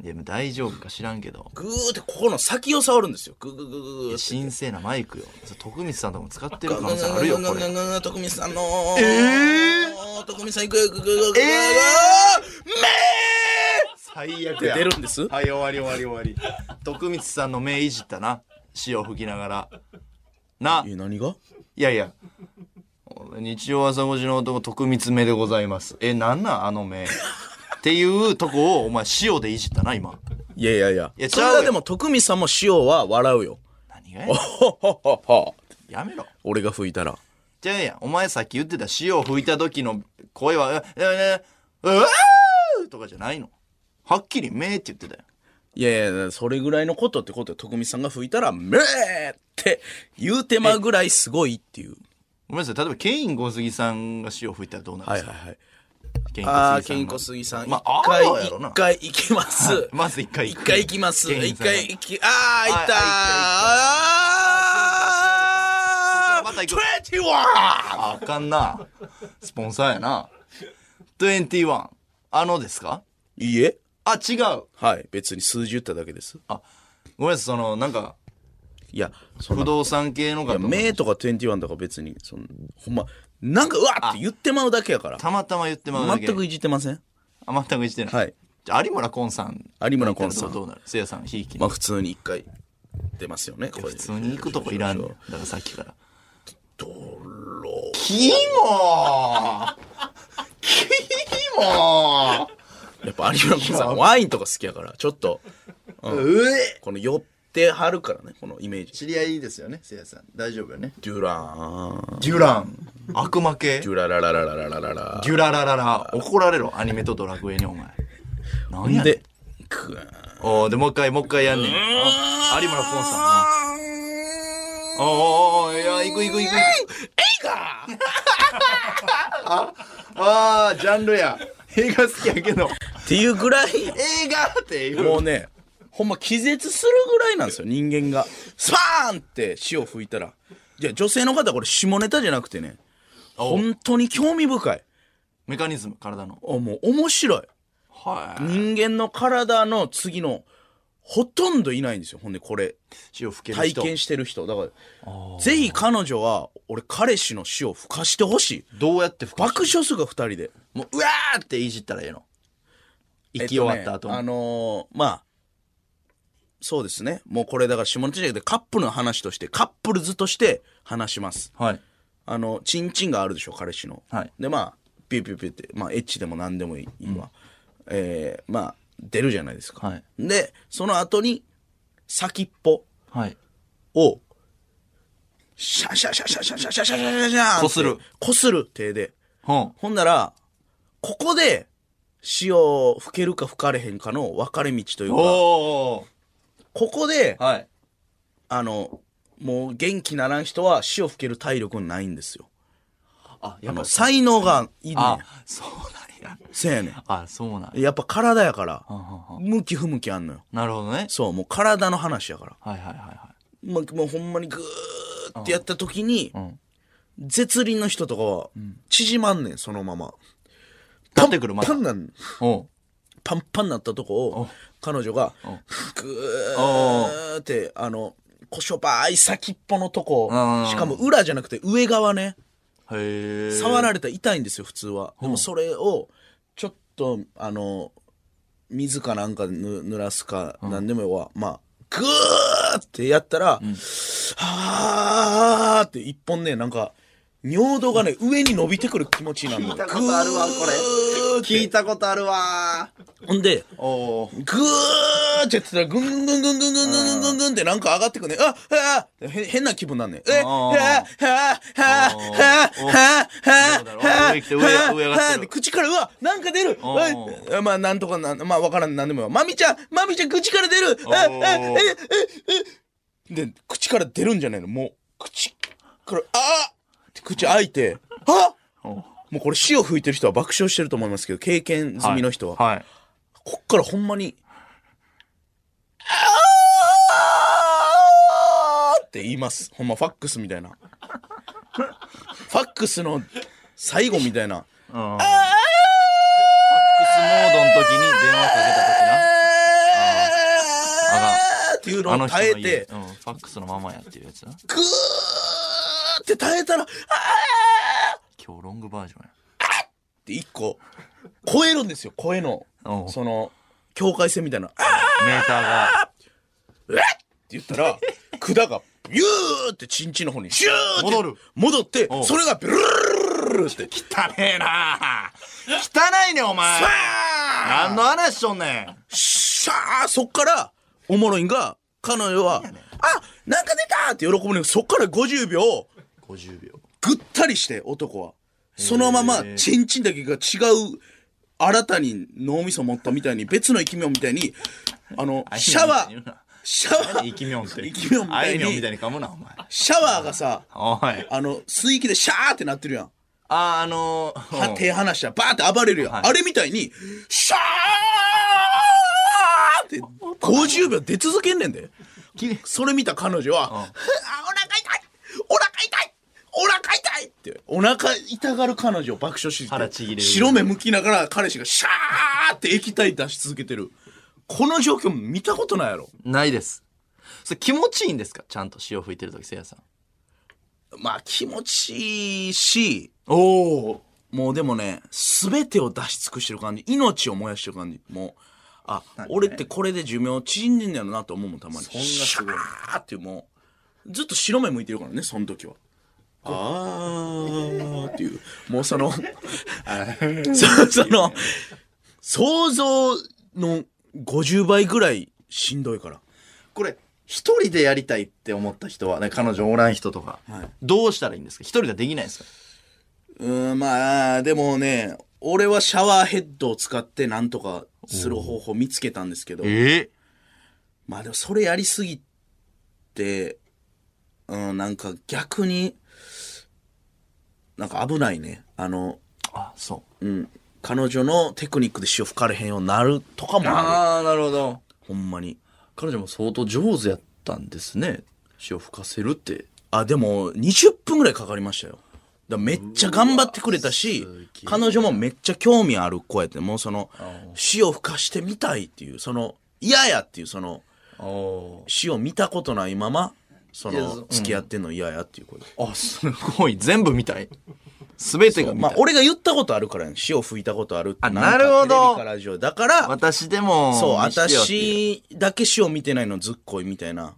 でも大丈夫か知らんけど。
グーってここの先を触るんですよ。グーグーグーグーグーって。
神聖なマイクよ。それ徳光さんとかも使ってる
ガ
可
ン
能
ガン
性
ガン
あ
ガン
るよ、
ガ
こ
ンガン
れ。
ガン徳光さんのー。
え
徳光さん行くよ、グーグーグーグーグーグー。
最悪
めーって出るんです。
はい、終わり終わり終わり。徳光さんの目いじったな。潮吹きながら。な。
え、何が
いやいや。日曜朝5時の男、徳光目でございます。え、なんなんあの目。っていうとこを、お前、塩でいじったな、今。
いやいやいや。
いや
そ
ち
れ
ゃう
は
よ
でも徳光さんも塩は笑うよ。
何がやねん
ほほほほ。
やめろ。
俺が吹いたら。
じゃあやん、お前さっき言ってた塩吹いた時の声は、え、え、え、うわーとかじゃないの。はっきり目って言ってたよ。
いやいや、それぐらいのことってことで、徳光さんが吹いたら、めーって言うてまうぐらいすごいっていう。
ごめんなさい、例えば、ケイン小杉さんが塩吹いたらどうなるん
は
で
い
すか、
はいはい。
ケイン
あ
小
あ、
杉さん
ケ
の
ンコ杉さん。
ま
一
あ
回、
あるやろな
一回行きます。
まず一回
一
行く
回行きます。
ケイン
一
さんが
回行き、あー、行ったー。
あ
あ
ーそうかそうかそうかまた
ー
行
ト
く
ゥエンティワ
ああかんな。スポンサーやな。21。あのですか
ンいいえ。
あ、違う。
はい、別に数字言っただけです。
ごめんなさい、その、なんか、
いや、そ
不
の、
動産系の
いや、
方。
名とか21とか別に、その、ほんま、なんか、うわって言ってまうだけやから。
たまたま言ってまうだけ。
全くいじってません
あ、全く言ってない。
はい。
じゃあ有村昆さん。
有村昆さん
どうなるせいやさん、ひいき
まあ、普通に一回出ますよね、これ。
普通に行くとこいらんねんだからさっきから。ドロー。キモーキモ
やっぱ有村昆さんワインとか好きやからちょっと
ーうえ
この寄ってはるからねこのイメージ
知り合いですよね、せいやさん。大丈夫よね。
デュラーン
デュラン。悪魔系
デュラララララララララ
デュララララ怒られろ、アニメとドラクエにお前。なんやねん
でクー
おーで、もう一回、もう一回やんねん。あ有村コンさんな。おーおーおーいや、行く行く行く。えいかああー、ジャンルや。映画好きやけど。
っていうぐらい
映画っていう。
もうねほんま気絶するぐらいなんですよ人間がスパーンって潮吹いたらじゃあ女性の方これ下ネタじゃなくてね本当に興味深い
メカニズム、体の。
あもう面白い
はい。
人間の体の次のほとんどいないんですよほんでこれ
塩吹ける
体
人。
験してる人だからぜひ彼女は俺彼氏の死を吹かしてほしい
どうやって吹く
爆笑するから二人で
もう、うわーっていじったらええの。
え
生
っ
き終
とね
わった後に。
あのーまあそうですね。もうこれだから下ネタじゃなくてカップルの話として、カップルズとして話します。
はい。
あの、チンチンがあるでしょ、彼氏の。
はい
で、まあ、ピューピューピューって、まあ、エッチでも何でもいいいいわ。えーまあ、出るじゃないですか。
はい
で、その後に、先っぽ
はい。
を、シャンシャンシャンシャンシャンシャンシャンシャンシャンシャンシャンって
こする。
こする、手で。
ほ
ほんなら、ここで、潮吹けるか吹かれへんかの分かれ道という
う。
か、
お
ここで
ー。、はい。
あの、もう元気ならん人は死を吹ける体力ないんですよ。
あ、や
あ
っ
の、
ぱ、
才能がいいねん
あ、そうなんや。
せやね
あ、そうなん
ん。
や。
やっぱ体やから
んはん、
向き不向きあんのよ。
なるほどね。
そう、もう体の話やから。
はいはいはいは
まもうほんまにグーってやった時に、
ん
絶輪の人とかは、縮まんねん、そのまま。
い。立ってくる、ま
パ
だ。
ンなん、
おう
パンパンなったとこを、彼女が、グーって、あの、こしょばーい先っぽのとこ
うん、
しかも裏じゃなくて上側ね。
へえ。
触られたら痛いんですよ普通はでもそれをちょっとあの水かなんかぬ濡らすか何でもよは、まあグーってやったら、はーって一本ねなんか尿道がね上に伸びてくる気持ちになるの聞いたことあるわこれ聞いたことあるわほんで
おう
グーってやってたら、ぐんぐんぐんぐんぐんぐんぐんぐんぐんってなんか上がってくね。ああへ変な気分なんねん。えはあはあはあはあは
ど
あ
うだろう
はあ
上来て上上上上がってる
で口から、うわなんか出る
ー
あまあ、なんとかなん、まあ、わからん、なんでもよ。まみちゃんまみちゃん口から出るああ
おー
えええで、口から出るんじゃないのもう、口から、あーって口開いて、あ
お
もうこれ死を吹いてる人は爆笑してると思いますけど、経験済みの人は。
はい。
こっからほんまに、あーって言います。ほんまファックスみたいな。ファックスの最後みたいな。
うん。ファックスモードの時に電話かけた時な。
あーっていうの
あ
を
の人
耐え
の家
て、
うん、ファックスのままやっていうやつな。
グーって耐えたら、あー
今日ロングバージョンや。
って一個、超えるんですよ、声の
お。う
その、境界線みたいな。あー
メーターが
うわっって言ったら、管が、ビューってチンチンの方に、シューって
戻る
戻って
う、
それが、ビュルルルルルルって、
汚ねえな汚いねお前
バーン
何の話しとんねん
シャーそっから、おもろいんが、彼女は、あなんか出たって喜ぶねんそっから50秒、
50秒
ぐったりして、男は。そのまま、チンチンだけが違う、新たに脳みそ持ったみたいに、別の生き物みたいに、あの、シャワー、シャワ
生
ー、
きみょんって
生きみょんみ
あ
たい
い
に
みょんみたいに噛むなお前
シャワーがさ、
おい
あの、水域でシャーってなってるやん。
ああのー
は手離したらバーって暴れるよ、
はい
あれみたいにシャーって50秒出続けんねんで
き
それ見た彼女は「あお腹痛いお腹痛いお腹痛い!」ってお腹痛がる彼女を爆笑して
腹ちぎれる
白目向きながら彼氏がシャーって液体出し続けてるこの状況見たことないやろ
ないですそれ気持ちいいんですかちゃんと潮吹いてる時せいやさん
まあ気持ちいいし
おお
もうでもね、すべてを出し尽くしてる感じ。命を燃やしてる感じ。もう、あ、俺ってこれで寿命縮んでんだよなと思うもん、たまに。そんなすごい。シャーってもう、ずっと白目向いてるからね、その時は。あーっていう。もう その、 そその、想像の50倍ぐらいしんどいから。
これ一人でやりたいって思った人は、ね、彼女おらん人とか、どうしたらいいんですか一人ではできないですか
うーん、まあ、でもね、俺はシャワーヘッドを使ってなんとかする方法見つけたんですけど。
え
まあでもそれやりすぎて、うん、なんか逆に、なんか危ないね。あの、
あそう
うん、彼女のテクニックで潮吹かれへんようになるとかも
あ
あ
あなるほど
る。ほんまに。
彼女も相当上手やったんですね潮吹かせるって
あ、でも20分ぐらいかかりましたよ。だからめっちゃ頑張ってくれたし
うわすげえ、
彼女もめっちゃ興味ある子やって、もうその、潮吹かしてみたいっていう、その、嫌やっていう、その、
お
潮見たことないまま、そ
いやそ
の
う、
付き合ってんの嫌やっていう子で。
あすごい全部みたい全てが見
ま
た
あ、俺が言ったことあるからね。潮吹いたことあるって。
あなるほど
んかテレビかラジオ。だから、
私でも
そう、
見してよっていう
私だけ潮見てないのずっこいみたいな。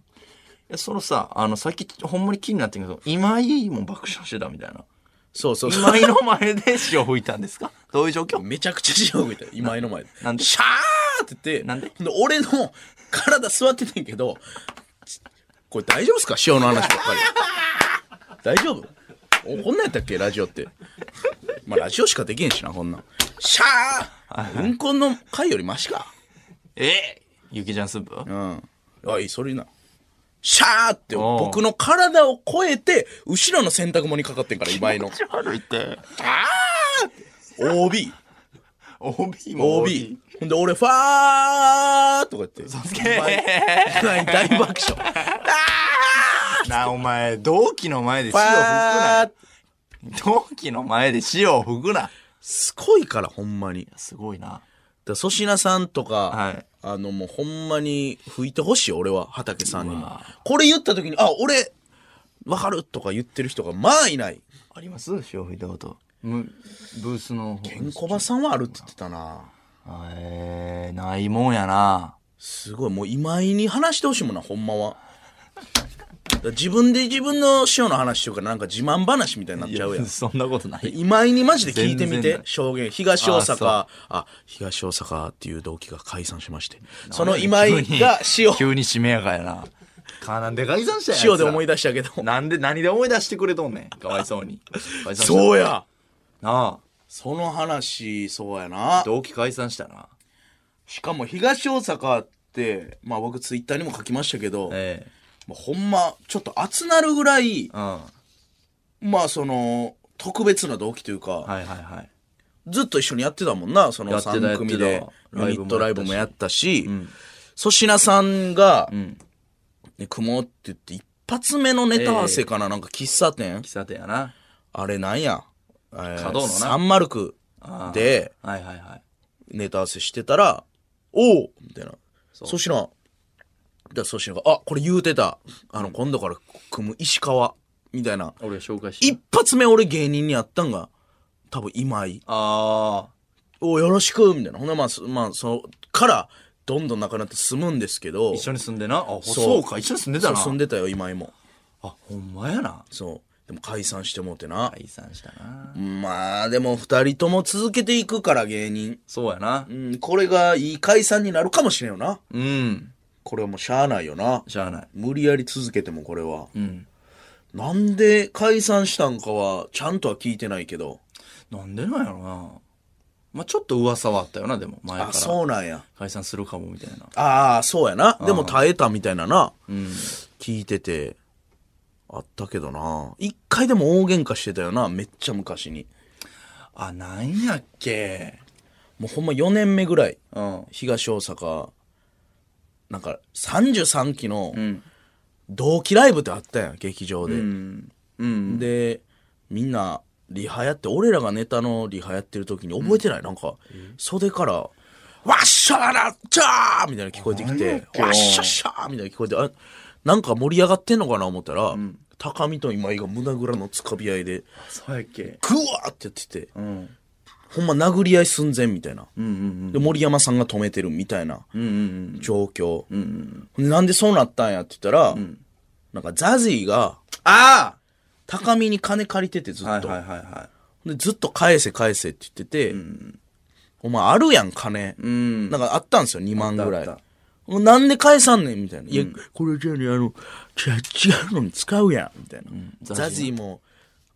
いやそのさあのさっきほんまに気になってんけど今井も爆笑してたみたいな
そうそうそう。
今井の前で潮吹いたんですかどういう状況
めちゃくちゃ潮吹いた。今井の前で。
なんで
シャーって言って、
なんで
俺の体座っててんけど、これ大丈夫っすか潮の話ばっかり。大丈夫おこんなんやったっけラジオって。まあ、ラジオしかできへんしな、こんなん。シャーうんこの回よりマシか。
えゆきちゃんスープ
うん。あ、いい、それいいな。シャーって
おう
僕の体を超えて、後ろの洗濯物にかかってんから、今井の。
悪いって
あー !OB。
OB も
OB。ほんで、俺、ファーとか言って。 何大爆 笑。
なあお前同期の前で
フ
潮
ァ
吹
ー
くな同期の前で潮を吹くな
すごいから、ほんまに。だか
すごいな
ら粗品さんとか、
はい
あの、もうほんまに吹いてほしいよ、俺は、畑さんにも。これ言った時に、あ、俺、わかるとか言ってる人が、まあいない。
あります潮吹いたことむブースの方
ケンコバさんはあるって言ってたな。
えー、ないもんやな
すごい、もう今井に話してほしいもんな、ほんま は。だから自分で自分の師匠の話というから、なんか自慢話みたいになっちゃうやん。
そんなことない
今井にマジで聞いてみ
全然な
て
い
証言東大阪
あ
あ東大阪っていう同期が解散しましてその今井
急に
が塩
急にしめやかやなかなんで解散したんや
塩で思い
出
出したけど
なんで何で思い出してくれとんねんかわいそうにう
そうや
な
その話そうやな
あ同期解散したな
しかも東大阪ってまあ僕ツイッターにも書きましたけど、
え
もうほんまちょっと熱なるぐらい
えうん
まあその特別な同期というか、
はいはいはい
ずっと一緒にやってたもんなその
やってた
3組
やっ
で
てた
ユニットライブもやったし
ん
粗品さんが「
ん
ね雲」って言って一発目のネタ合わせかな、なんか喫茶店
喫茶店やな
あれなんや、えー、
角のな
サンマルクで
はいはいはい
ネタ合わせしてたら「おお!」みたいな粗品で粗品が「あこれ言うてたあの今度から組む石川」みたいな
俺紹介し
一発目俺芸人にやったんが多分今井
あ
およろしくみたいな。ほんならまあ、すまあ、その、から、どんどんなくなって済むんですけど。
あ一緒に住んでなあそう
そう
か一緒に住んでたな
そう住んでたよ、今井も。
あほんまやな
そう。でも解散してもうてな。
解散したな
まあ、でも二人とも続けていくから、芸人。
そうやな
うん、これがいい解散になるかもしれんよな。
うん
これはもうしゃあないよな。
しゃあない
無理やり続けてもこれは。
うん
なんで解散したんかは、ちゃんとは聞いてないけど。
なんでなんやろなまあちょっと噂はあったよなでも前か
あ、
ら
そうなんや。
解散するかもみたいな
ああ、そうやな。でも耐えたみたいなな。
うん
聞いてて、あったけどな。一回でも大喧嘩してたよな、めっちゃ昔に。
あなんやっけ
もうほんま4年目ぐらい、
うん
東大阪、なんか33期の
ん
同期ライブってあったやん、劇場で。
うん
で、みんな、リハやって、俺らがネタのリハやってる時に覚えてない、なんか、袖から、わっしゃららっちゃーみたいなの聞こえてきて、わっしゃっしゃーみたいなの聞こえて、あ、なんか盛り上がってんのかな思ったら、高見と今井が胸ぐらのつかみ合いで、
そうやっけ
ぐわーってやってて、
うん
ほんま殴り合い寸前みたいな。
うんうん
で、森山さんが止めてるみたいな
うんうんうん
状況。なんでそうなったんやって言ったら、なんかザジーが、ああ高見に金借りててずっと。
はいはいはいは
で、ずっと返せ返せって言ってて、お前あるやん、金。なんかあったんですよ、2万ぐら
あ
い
ったあっ。
もうなんで返さんねんみたいな。いや、これじゃあね、あの、じゃあ違うのに使うやんみたいな。
ザジー
ザジーも、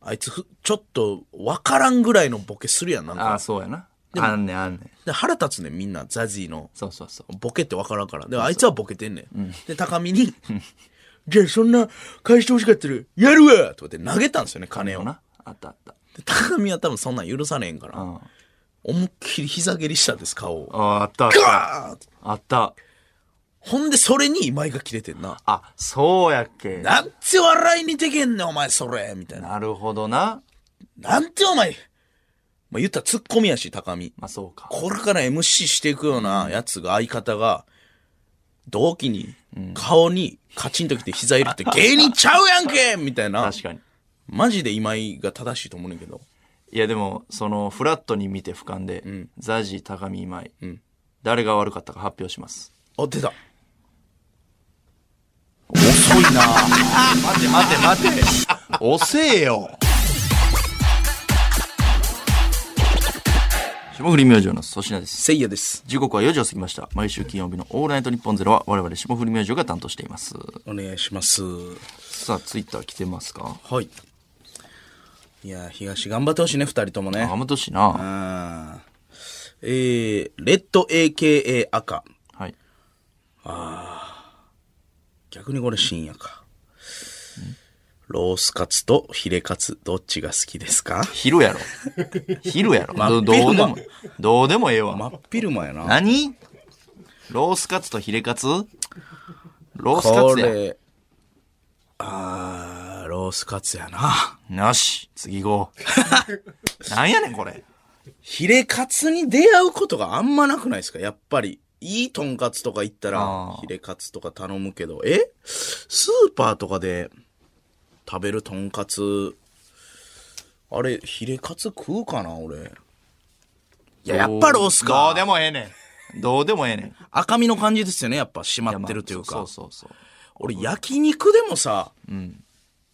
あいつふ、ちょっと、わからんぐらいのボケするやん、なん
いあ
か。
そうやなあんねんあんねん
で腹立つねん、みんな、ザジーの。
そうそうそう
ボケってわからんから。で、あいつはボケてんねん。で、高 見に、じゃあそんな、返してほしかったら、やるわとかって投げたんですよね、金を。
なあったあった
で高見は多分そんなん許さねえんから。
うん
思いっきり膝蹴りしたんです、顔を。
ああったあっ
ガ
た
ーッ
あった
ほんで、それに今井が切れてんな。
あそうやっけ
なんて笑いにできんねん、お前、それみたいな。
なるほどな
なんてお前まあ、言ったらツッコミやし、高見。
まあそうか
これから MC していくようなやつが、相方が、同期に、顔に、カチンときて膝入れ て、芸人ちゃうやんけみたいな。
確かに
マジで今井が正しいと思うねんけど。
いやでもそのフラットに見て俯瞰で、ザジー高見今井、誰が悪かったか発表します
あ、出た。
遅いな待て待て待て遅えよ霜降り明星の粗品です
せいやです。
時刻は4時を過ぎました毎週金曜日の「オールナイトニッポンゼロは我々霜降り明星が担当しています
お願いします。
さあツイッター来てますか
はい。いや、東頑張ってほしいね、二人ともね。
あまとしな
あーえー、レッド AKA 赤。
はい
逆にこれ深夜か。ロースカツとヒレカツ、どっちが好きです か
昼やろ昼やろどどうでもどうでもええわ
真っ昼間やな。
何ロースカツとヒレカツロースカ
こ
ツや
れ、あー、ロースカツやな。
なし次行こ うなんやねんこれ
ヒレカツに出会うことがあんまなくないですかやっぱり。いいとんかつとか行ったら
あ、ー
ヒレカツとか頼むけど、えスーパーとかで食べるとんかつ、あれ、ヒレカツ食うかな俺。いや、やっぱロース
ど
か
う。でもええねんどうでもええねん
赤身の感じですよね、やっぱ締ま
や
ってるという
まあ。
か
そうそうそう
俺、焼肉でもさ、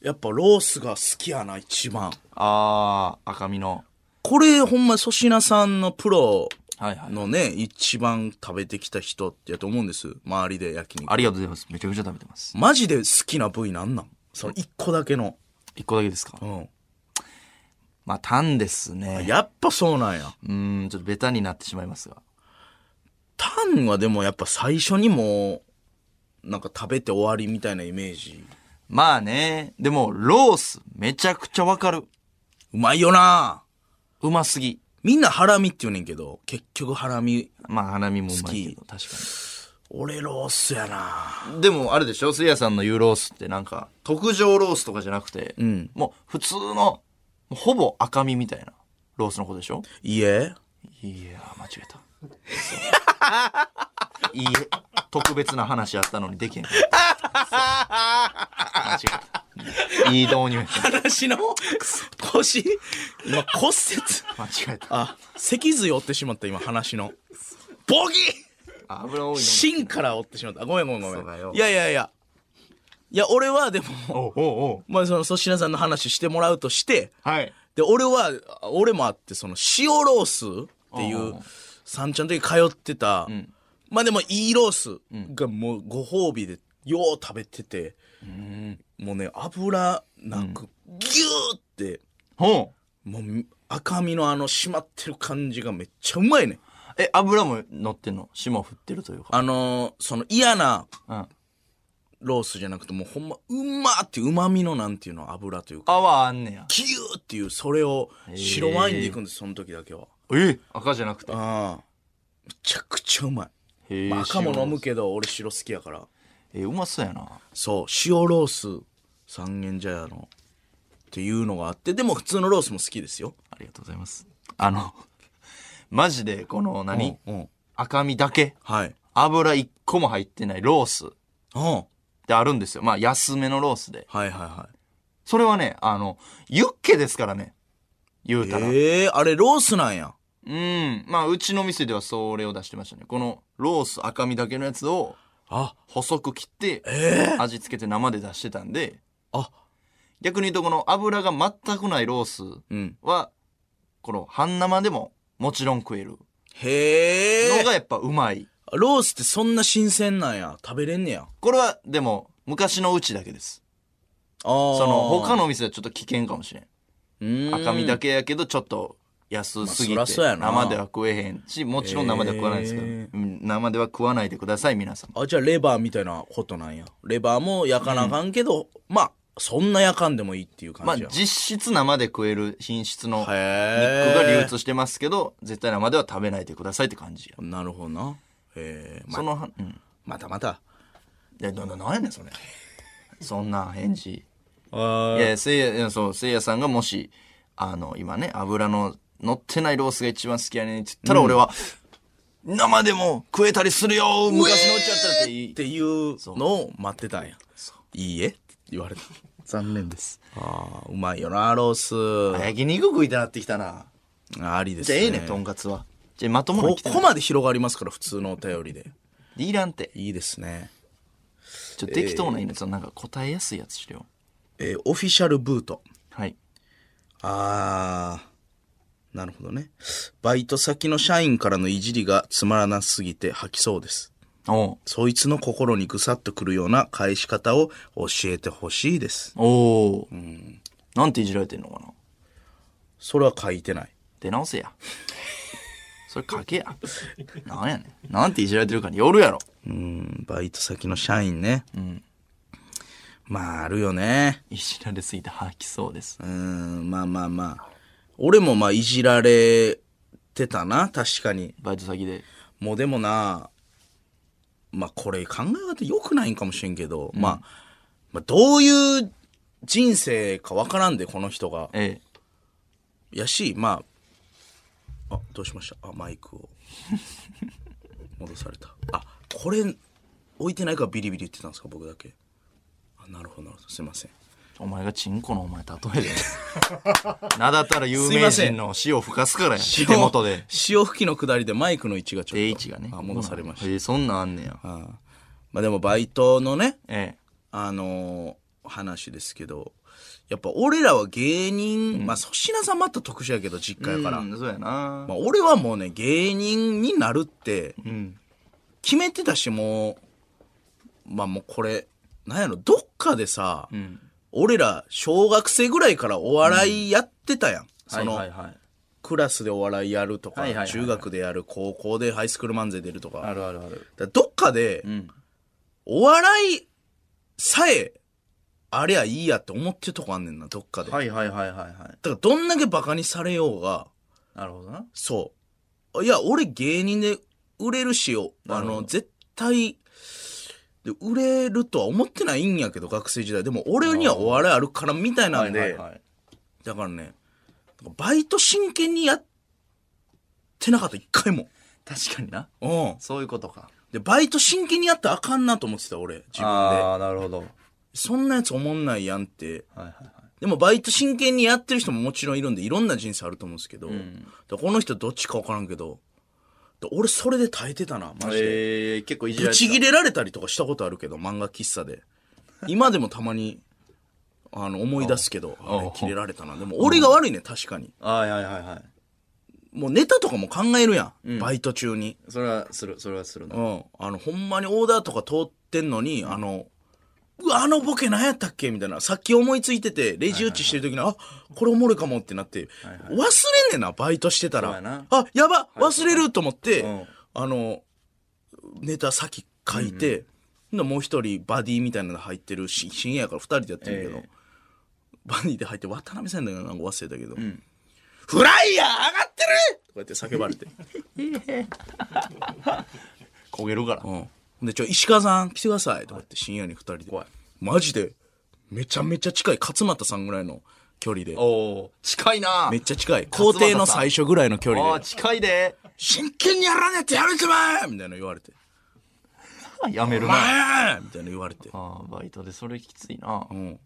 やっぱロースが好きやな、一番。
ああ赤身の
これ、ほんま、粗品さんのプロ
はいはい
のね、一番食べてきた人ってやと思うんです。周りで焼肉。
ありがとうございますめちゃくちゃ食べてます
マジで好きな部位なんなんその一個だけの。
一個だけですか
うん。
まあタンですね
やっぱそうなんや。
うーんちょっとベタになってしまいますが
タンはでもやっぱ最初にもう、なんか食べて終わりみたいなイメージ。
まあねでもロースめちゃくちゃわかる
うまいよな
うますぎ
みんなハラミって言うねんけど、結局ハラミ、
まあ花見もうまいけど確かに
俺ロースやな
でもあれでしょせいやさんの言うロースってなんか特上ロースとかじゃなくて、
ん
もう普通のもうほぼ赤身みたいなロースのことでしょ
いいえ
いやー間違えたそういいえ特別な話あったのにできへんかったそう間違えたいい導入やった
話の腰、今骨折。
間違えた
あ、脊髄折ってしまった今話の。ボギー
油多いの
芯から折ってしまった。あごめんごめんごめ
そうだよ
ん。いやいやいや。いや、俺はでも、
おうおうおう
まあその粗品さんの話してもらうとして、
はい
で、俺は、あ俺もあって、その塩ロースってい
おうお
う
う、
三ちゃんの時通ってた、まあでもいいロースがもうご褒美でよう食べてて、もうね、油なく、ギューって、
ほう
もう赤身のあの締まってる感じがめっちゃうまいね。
え油も乗ってんの霜降ってるというか
あのーその嫌な
うん
ロースじゃなくてもうほんまうまっていう旨味のなんていうの油というか
泡あんねや
ギューっていうそれを白ワインでいくんですその時だけは
え赤じゃなくて
ああめちゃくちゃうま
へー
い、まあ、赤も飲む
白
けど俺白好きやから
えーうまそうやな
そう塩ロース三軒茶屋のっていうのがあってでも普通のロースも好きですよ
ありがとうございます。あの、 マジで、この何、
うんうん
赤身だけ、
はい
油一個も入ってないロースっ
うんは
てあるんですよ。まあ、安めのロースで。
いはいは
それはね、あの、ユッケですからね。言う
い
たら。
ええあれロースなんや
うん。まあ、うちの店ではそれを出してましたね。この、ロース赤身だけのやつを、
あ
細く切って、
ええ
味付けて生で出してたんで、
あ
逆に言うと、この油が全くないロース
うん
は、この、半生でも、もちろん食える
へえ
のがやっぱうまい。
ロースってそんな新鮮なんや食べれんねや
これはでも昔のうちだけです
あー
その他のお店はちょっと危険かもしれん
うーん
赤身だけやけどちょっと安すぎて
まあそらそうやな
生では食えへんしもちろん生では食わないですけど、
へー
うん生では食わないでください皆さん
あじゃあレバーみたいなことなんやレバーも焼かなあかんけど、まあそんな焼かんでもいいっていう
まあ
感じや、
実質生で食える品質の肉が
へー
流通してますけど絶対生では食べないでくださいって感じや
なるほどなえー、ま
そのはうん
またまた
いやなななんやねんそれそんな返 事
あ
いやせいやいやそうせいやさんがもしあの今ね油の乗ってないロースが一番好きやねんって言ったら、俺は生でも食えたりするよ昔のうちやったらっていい
っていうのを待ってたんやいいえ言われた。
残念です。
ああ、うまいよな、ロース。
焼肉食いたなってきたな。
ありです
じゃあ
ね。
ええねん、とんかつは。じゃあまともなの
こ
来て
こまで広がりますから、普通のお便りで。
いらんって。
いいですね。
ちょっと適当なやつ、なんか答えやすいやつしろよ。
えーオフィシャルブート。
はい。
あー、なるほどね。バイト先の社員からのいじりがつまらなすぎて吐きそうです。
おう
そいつの心にぐさっとくるような返し方を教えてほしいです。
おお、なんていじられてんのかな
それは書いてない。
出直せや。それ書けや。なんやねん。なんていじられてるかによるやろ。
うん、バイト先の社員ね。まあ、あるよね。
いじられすぎて吐きそうです。
うーん、まあまあまあ。俺もまあ、いじられてたな、確かに。
バイト先で。
もうでもな、まあこれ考え方良くないんかもしれんけど、まあ、まあどういう人生かわからんで、この人が。
ええ。
やし、まあ、あ、どうしましたあ、マイクを。 戻された。あ、これ、置いてないからビリビリ言ってたんですか、僕だけ。あ、なるほど、なるほど。すいません。
お前がチンコのお前例えで。名だったら有名人の死を吹かすからや。手元 で。
潮吹きの下りでマイクの位置がちょっと。
定位置がね。
あ、戻されました。
ええ、そんなんあんねや。
まあでもバイトのね、
ええ。
あのー話ですけど、やっぱ俺らは芸人、まあ粗品さんまた特殊やけど、実家やから。
うん、そうやな。
まあ俺はもうね、芸人になるって、決めてたし、もう、まあもうこれ、なんやろ、どっかでさ、俺ら小学生ぐらいからお笑いやってたやん。その、
はいはいはい。
クラスでお笑いやるとか、
はいはいはいはい
中学でやる、高校でハイスクール漫才出るとか。
あるあるある。
だからどっかで、
ん
お笑いさえありゃいいやって思ってるとこあんねんな、どっかで。
はいはいはいはいはい。
だからどんだけバカにされようが、
なるほどな。
そう。いや、俺芸人で売れるしよ。あ
なるほ
の、
ど
絶対、で売れるとは思ってないんやけど、学生時代。でも俺にはお笑いあるからみたいなんで、
はいはいはい
だからね、バイト真剣にやってなかった、一回も。
確かにな。
うん。
そういうことか。
で、バイト真剣にやったらあかんなと思ってた、俺、自分で
あ。あ、なるほど。はい
そんなやつおもんないやんって。
はいはい。
でもバイト真剣にやってる人ももちろんいるんで、いろんな人生あると思うんですけど、
ん
でこの人どっちかわからんけど、で俺それで耐えてたな、マジで。
えー、結構いじら
ぶ
れ
ち
て
切れられたりとかしたことあるけど、漫画喫茶で。今でもたまに、あの、思い出すけど、あれ、切れられたな。でも俺が悪いね、確かに。
た。はいはいはいはい。
もうネタとかも考えるやん、バイト中に。
それはする、それはするな。
うん。あの、ほんまにオーダーとか通ってんのに、あの、うわ、あのボケ何やったっけみたいな。さっき思いついてて、レジ打ちしてる時に、あ、これおもろいかもってなって、忘れんねんな、バイトしてた
そうや
ら
な。
あ、やば忘れると思って、
うん
あの、ネタ先書いて、でもう一人バディみたいなの入ってるし、深夜やから二人でやってるけど、
ええ
バディで入って渡辺さんだよな、なんか忘れたけど、フライヤー上がってるとかやって叫ばれて。
焦げるから。
うん。で、ちょ、石川さん来てくださいとか言って深夜に二人で。マジで、めちゃめちゃ近い、勝俣さんぐらいの距離で。
おお近いな
めっちゃ近い。
勝俣
校
さん
庭の最初ぐらいの距
あ
離
あー、
で。
近いで。
真剣にやらねえとやめちまえみたいなの言われて。
やめる
ま
な。
えみたいなの言われて。
あーバイトでそれきついな。
うん。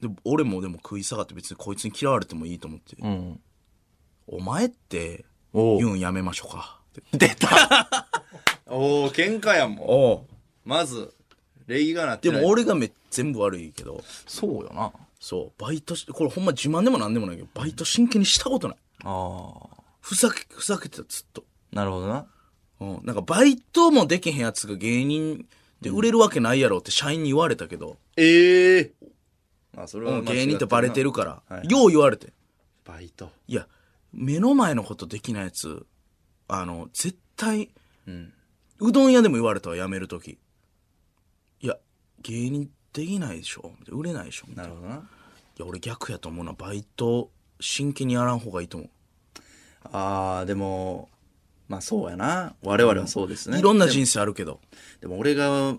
で、俺もでも食い下がって別にこいつに嫌われてもいいと思って。
うん。
お前って、
お
言うんやめましょうか。
出たおお喧嘩やもん。
おう
まず、礼儀がなって
で
ない
も、俺がめ全部悪いけど、
そうよな。
そう、バイトし、これほんま自慢でもなんでもないけど、バイト真剣にしたことない。
ああ、
ふざけ、ふざけてた、ずっと。
なるほどな。
うん。なんか、バイトもできへんやつが芸人で売れるわけないやろって社員に言われたけど、
ええまあ、それ
う
は
ん、芸人ってバレてるから、
はい
よう言われて。
バイト。
いや、目の前のことできないやつ、あの、絶対、うどん屋でも言われたわ、辞めるとき。いや、芸人できないでしょ売れないでしょい
なるほどな。
や、俺逆やと思うな。バイト、真剣にやらん方がいいと思う。
ああ、でも、まあそうやな。我々はそうですね。
いろんな人生あるけど。
でも俺が、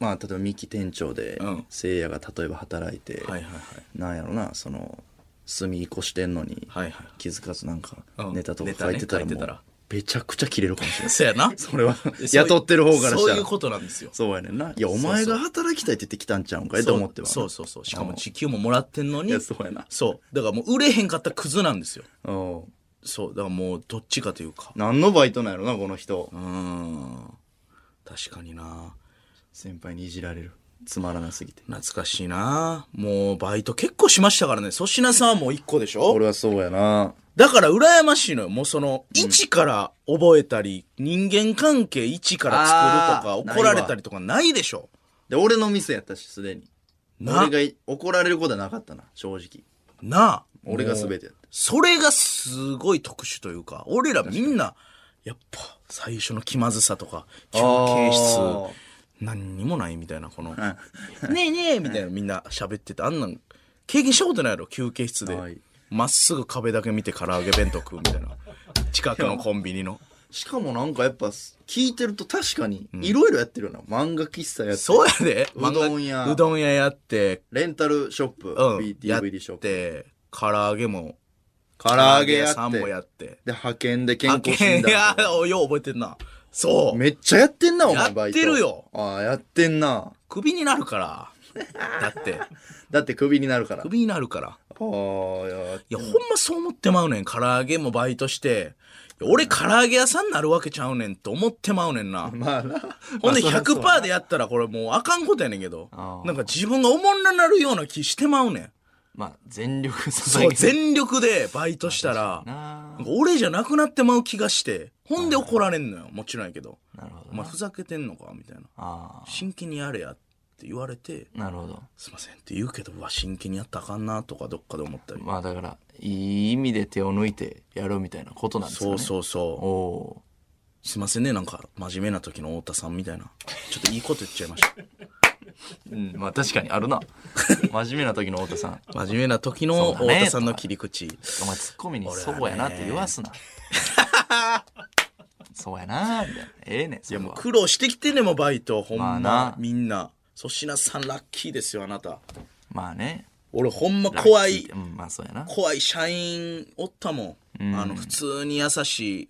まあ、例えば三木店長で
うん
せいやが例えば働いて、
はいはいはい。
なんやろなその住み越してんのに
はいはい
気づかずなんか
うん
ネタとか
ネタ
書
ね
いてたら
書い
も
てたら
うめちゃくちゃ切れるかもしれ ない。
そう やな。
それは、
そういう
雇ってる方からしたら。
そういうことなんですよ。
そうやねんな。いや、お前が働きたいって言ってきたんちゃうんかいと思っては。
そうそうそう。しかも時給ももらってんの
い
に
や、。そうやな。
そう。だからもう売れへんかったらクズなんですよ。
うん。
そう。だからもうどっちかというか。
何のバイトなんやろな、この人。
うーん。確かにな。
先輩にいじられる。つまらなすぎて。
懐かしいな。もうバイト結構しましたからね。粗品さんはもう1個でしょ
俺はそうやな。
だから羨ましいのよ。もうその、一から覚えたり、人間関係一から
あー
作るとか、
ない
怒
わ
られたりとかないでしょ。
で、俺の店やったし、すでに。
な
俺がい怒られることはなかったな、正直。
なあ。
俺が全てやっ
それがすごい特殊というか、俺らみんな、やっぱ最初の気まずさとか、休
あ
憩
ー
室、何にもないみたいな、この、ねえ ねえみたいなみんな喋ってて、あんなん、経験したことないやろ、休憩室で
ない。
まっすぐ壁だけ見て唐揚げ弁当食うみた いな。近くのコンビニの。
た。しかもなんかやっぱ、聞いてると確かに、いろいろやってるよな。漫画喫茶やって、
そうやで。
うどん屋
漫画うどん屋やって、
レンタルショップ、
うん、やっ
DVD ショップ。
て、唐揚げも、
唐揚げや
唐
っ
揚げ屋さん
て。
もや
で、
って。
派遣で健
あ
康診
けんや
断とか。、
よう覚えてんな。そう。
めっちゃやってんな、お前
やってる
バイト。
よ
ああ、やってんな。
クビになるから。だって、
だってクビになるから。あ
クビになるから。
あ、やっ
いや、ほんまそう思ってまうねん。唐揚げもバイトして。いや俺、唐揚げ屋さんになるわけちゃうねんと思ってまうねんな。
まあな。
ほんで
まあそらそう
100%でやったらこれもうあかんことやねんけど
あ。ー
なんか自分がおもんななるような気してまうねん。
まあ、全力支
そう、
全
全力でバイトしたら、
な
なんか俺じゃなくなってまう気がして、ほんで怒られんのよ。もちろんやけど。
なるほど
お前ふざけてんのかみたいな。
あ
真剣にやれやって言われて、
あ、なるほど。
すいませんって言うけど、うわ、真剣にやったらあかんなとかどっかで思ったり。
まあだから、いい意味で手を抜いてやるみたいなことなんですかね。
そうそう
お
そ
お
う。すいませんね、なんか、真面目な時の太田さんみたいな。ちょっといいこと言っちゃい ました。
ー。うん、まあ確かにある な。真面目な時の太田さん。
真面目な時の
そうだ
太
ね
田さんの切り口。
お前ツッコミにそうやなって言わ すな。そうやなみたいな。ええねん、それは。
苦労してきてねもうバイト、ほん
まあ
ま、
な
みんな。粗品さんラッキーですよ、あなた。
まあね。
俺ほんま怖
ラッ
い
キーって、うん、まあそうやな。
怖い社員おったもん。あの、普通に優しい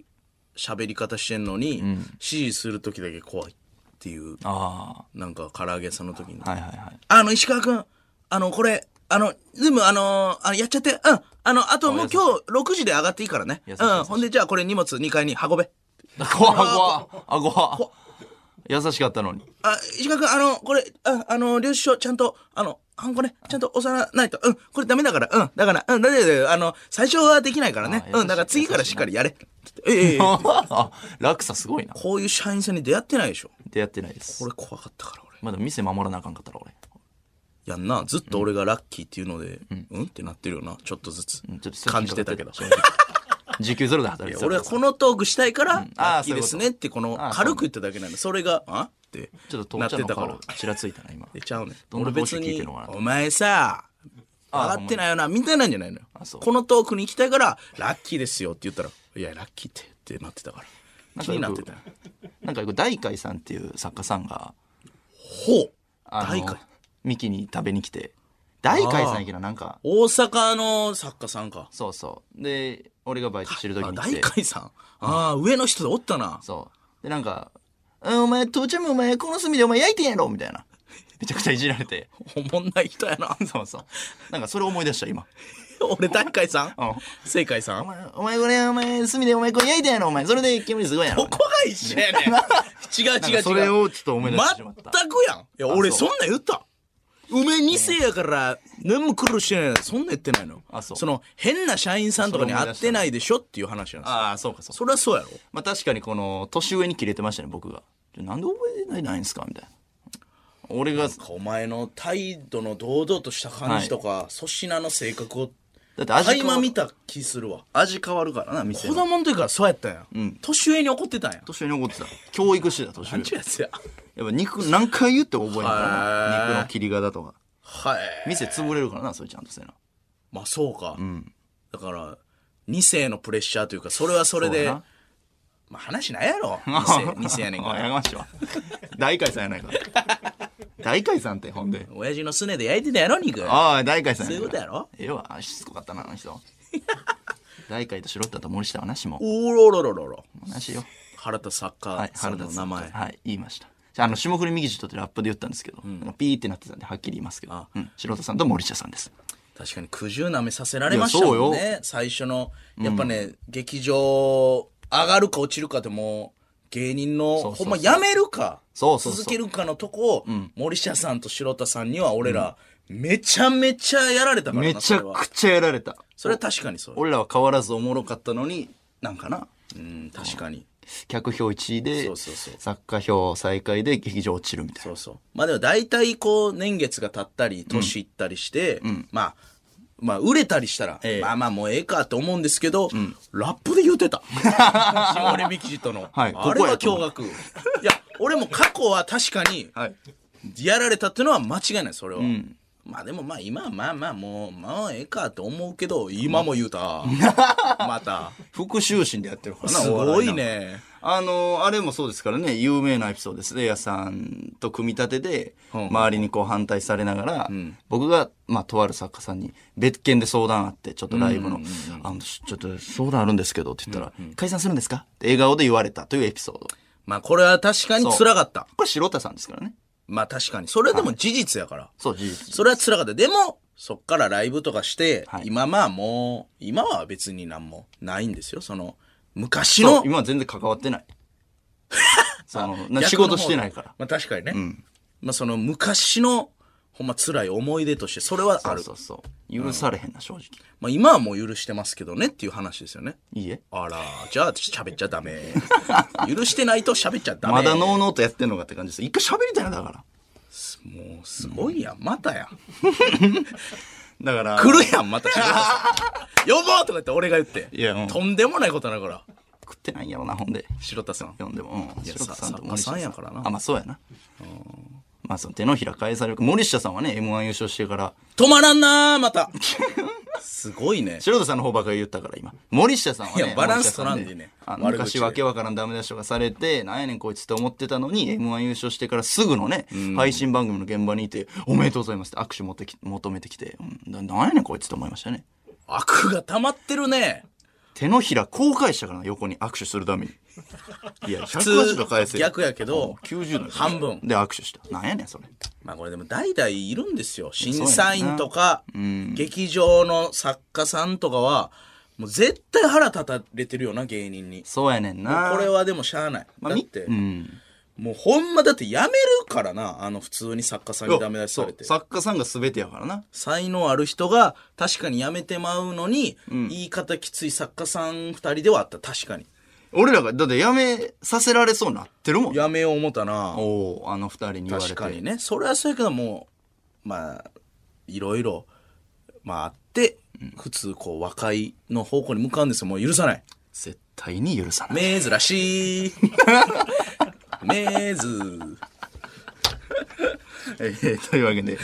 喋り方してんのに、指示する時だけ怖いっていう、
あ
なんか唐揚げ屋さんの時に
あ、。はいはいはい。
あの、石川くん、あの、これ、あの、全部、あのあのやっちゃって、うん。あの、あともう今日6時で上がっていいからね。
優
う
しい優しい
ん。ほんで、じゃあこれ荷物2階に運べ。
怖っ怖っあ、怖っ優しかったのに。
あ、石川くん、あの、これ、あ、あの、領収書ちゃんと、あの、ハンコね、ちゃんと押さないと。うん。これダメだから、うん。だから、うん。だって、あの、最初はできないからね。
あ優しい
うん。だから次からしっかりやれ。ええええええ
あ落差すごいな。
こういう社員さんに出会ってないでしょ。
出会ってないです。
俺怖かったから、俺。
まだ店守らなあかんかったら俺。
やんな。ずっと俺がラッキーっていうので、うん、ってなってるよな。ちょっとずつ
うんちょっと。
感じてたけど。
時給ゼロで働いてた。
俺はこのトークしたいから、
あー
ラッキーです
そう
ね
い
っ
うこと
てこ
あ
の
ー
軽く言っただけなの。それが、あって
ちょっと
なっ
父ちゃ
て
んの
たから
顔。ちらついたな今。
えちゃうねん。
どんな
俺
顔し
別
て聞いて
に
んのか、な
お前さ、
あー
上がってないよな、みたいなんじゃないのよ。
そう
このトークに行きたいから、ラッキーですよって言ったら、いや、ラッキーってってなってたから。気になってたよ。
なんかよく大海さんっていう作家さんが、
ほう。
あの
大海。
ミキに食べに来て。大海さんやけどなんか、
大阪の作家さんか。
そうそう。で、俺がバイトしてる時
あ
に来て。
大海さん。ああ、上の人でおったな。
そう。で、なんか、うんお前、父ちゃんもお前、この炭でお前焼いてんやろみたいな。 めちゃくちゃいじられて。
おもんない人やな。
そうそう。なんかそれ思い出した、今。
俺、大海さん
うん
正海さん
お前、お前これ、お前、炭でお前、これ焼いてんやろお前、それで煙すごいやろ。
ここが一緒やねん。違う
なん
違う違
か
う。
それをちょっと思い出してしまった。
全くやん。いや、俺そ
そ
んなん言った。梅二世やから、何も苦労してないのそんなん言ってないの。
あそう
の、変な社員さんとかに
それ思い出
会っ
した
てないでしょっていう話なんですよ。
ああ、そうかそうか。
そりゃそうやろ。
まあ確かにこの、年上に切れてましたね、僕が。ちょなんで覚えてないないんですかみたいな。俺が、だ
お前の態度の堂々とした感じとか、粗品の性格を
って味
垣
変
間
わ
見
る、
た気するわ。
味変わるからな、店
子
の。
供の時からそうやったんや。
ん
年上に怒ってたんや。
年上に怒ってた。教育してた、年上
何。ちゅうやつや。
やっぱ肉、何回言っても覚えんから
へー
な。肉の切り方とか。
はい。
店潰れるからな、それちゃんとせな。
まあそうか。だから、二世のプレッシャーというか、それはそれ
そう
で
やな、
まあ話ないや ろ。二世、二世やねんか
おいや
ら。
かましいわ。大海さんやないか。大海さんって、ほんで。
親父のすねで焼いてたやろ、肉。
ああ、大海さん
そういうことやろ
ええわ、しつこかったな、あの人。大海と白ってあったら森下はなしも。
おららららら。
なしよ。
原田サッカ
はい
ー、さ
原
ん
田
の
さん
名前。
はい、言いました。じゃあ、あの、霜降り右地とってラップで言ったんですけど、なんかピーってなってたんで、はっきり言いますけど
あ、
うん、白田さんと森下さんです。
確かに苦渋舐めさせられました
い
もん
やそう
ね。最初の、やっぱね、劇場、上がるか落ちるかでもう、芸人
そ
の、
うそうそう
ほんまやめるか、
そうそうそう
続けるかのとこを、森下さんと白田さんには俺ら、めちゃめちゃやられたから
め
な、
ちゃ
それは
く。ちゃやられた。
それは確かにそう。
俺らは変わらずおもろかったのに、なんかな。
うん、確かに。
客票1位で
そうそうそう
作家票最下位で劇場落ちるみたい
そ
な
うそう。まあでも大体こう年月が経ったり、年いったりして、まあ、まあ売れたりしたら、
ええ
まあまあもうええかと思うんですけど、ラップで言うてた。 俺ミキジとの。
はい
あれ
こ
は
こ
驚愕。いや、俺も過去は確かに、
はい
やられたっていうのは間違いない、それは。まあでもまあ今はまあまあもう、まあええかと思うけど、今も言う た。また。
復讐心でやってるからな
す
お笑
ご
いない
ね。
あのあれもそうですからね有名なエピソードですレイヤさんと組み立てで
ん
周りにこう反対されながら、僕が、まあ、とある作家さんに別件で相談あってちょっとライブの「あのちょっと相談あるんですけど」って言ったら「解散するんですか?」って笑顔で言われたというエピソード
まあこれは確かに辛かった。
これ白田さんですからね
まあ確かに。それでも事実やから。
そう事実
それは辛かった。でも、そっからライブとかして、
はい
今まあもう、今は別になんもないんですよ。その、昔
そう
の。
今は全然関わっ てないそのな
逆
仕
の方
事してないから。
まあ確かにね。まあその昔の、ほんま辛い思い出として、それはある。
そうそうそう許されへんな正直、
まあ今はもう許してますけどねっていう話ですよね。
いいえ
あら、じゃあ喋っちゃダ メ。許してないと喋っちゃダメ。
まだノーノーとやってんのかって感じです一回喋りたいなだから
もうすごいやん。またやん。
だから
来るやん、また。 呼ぼうとか言って俺が言って。
いやうん
とんでもないことになるから。
食ってないんやろなほんで
白田さん。
読んでも、うん、
いや
白田さんと
さ作家さんやからな
あまあそうやなまあその手のひら返されるか森下さんはね m 1優勝してから
止まらんなーまた すごいね
白田さんの方ばっかり言ったから今森下さんはね
いやバランス取らんでいいね
森下さんであ
悪口
昔
で
わけわからんダメ出しとかされてなんやねんこいつって思ってたのに m 1優勝してからすぐのね配信番組の現場にいて「おめでとうございます」って握手持ってき求めてきて、うん、ななんやねんこいつって思いましたね
悪が溜まってるね
手のひら公開したからな横に握手するためにいや
普
180度返
通
せよ
逆やけど
90度
半分
で握手したなんやねんそれ
まあこれでも代々いるんですよ審査員とか劇場の作家さんとかはもう絶対腹立たれてるよな芸人に
そうやねんな
これはでもしゃあない
まあ
だっ
み
て
うん
もうほんまだってやめるからなあの普通に作家さんにダメ出しされて
そう作家さんが全てやからな
才能ある人が確かにやめてまうのに言い方きつい作家さん2人ではあった確かに
俺らがだってやめさせられそうになってるもん
やめよう思ったな
おおあの二人に言われて
確かにねそれはそうやけどもうまあいろいろまああって、普通こう和解の方向に向かうんですよもう許さない
絶対に許さない
珍し いめず
え ーというわ けで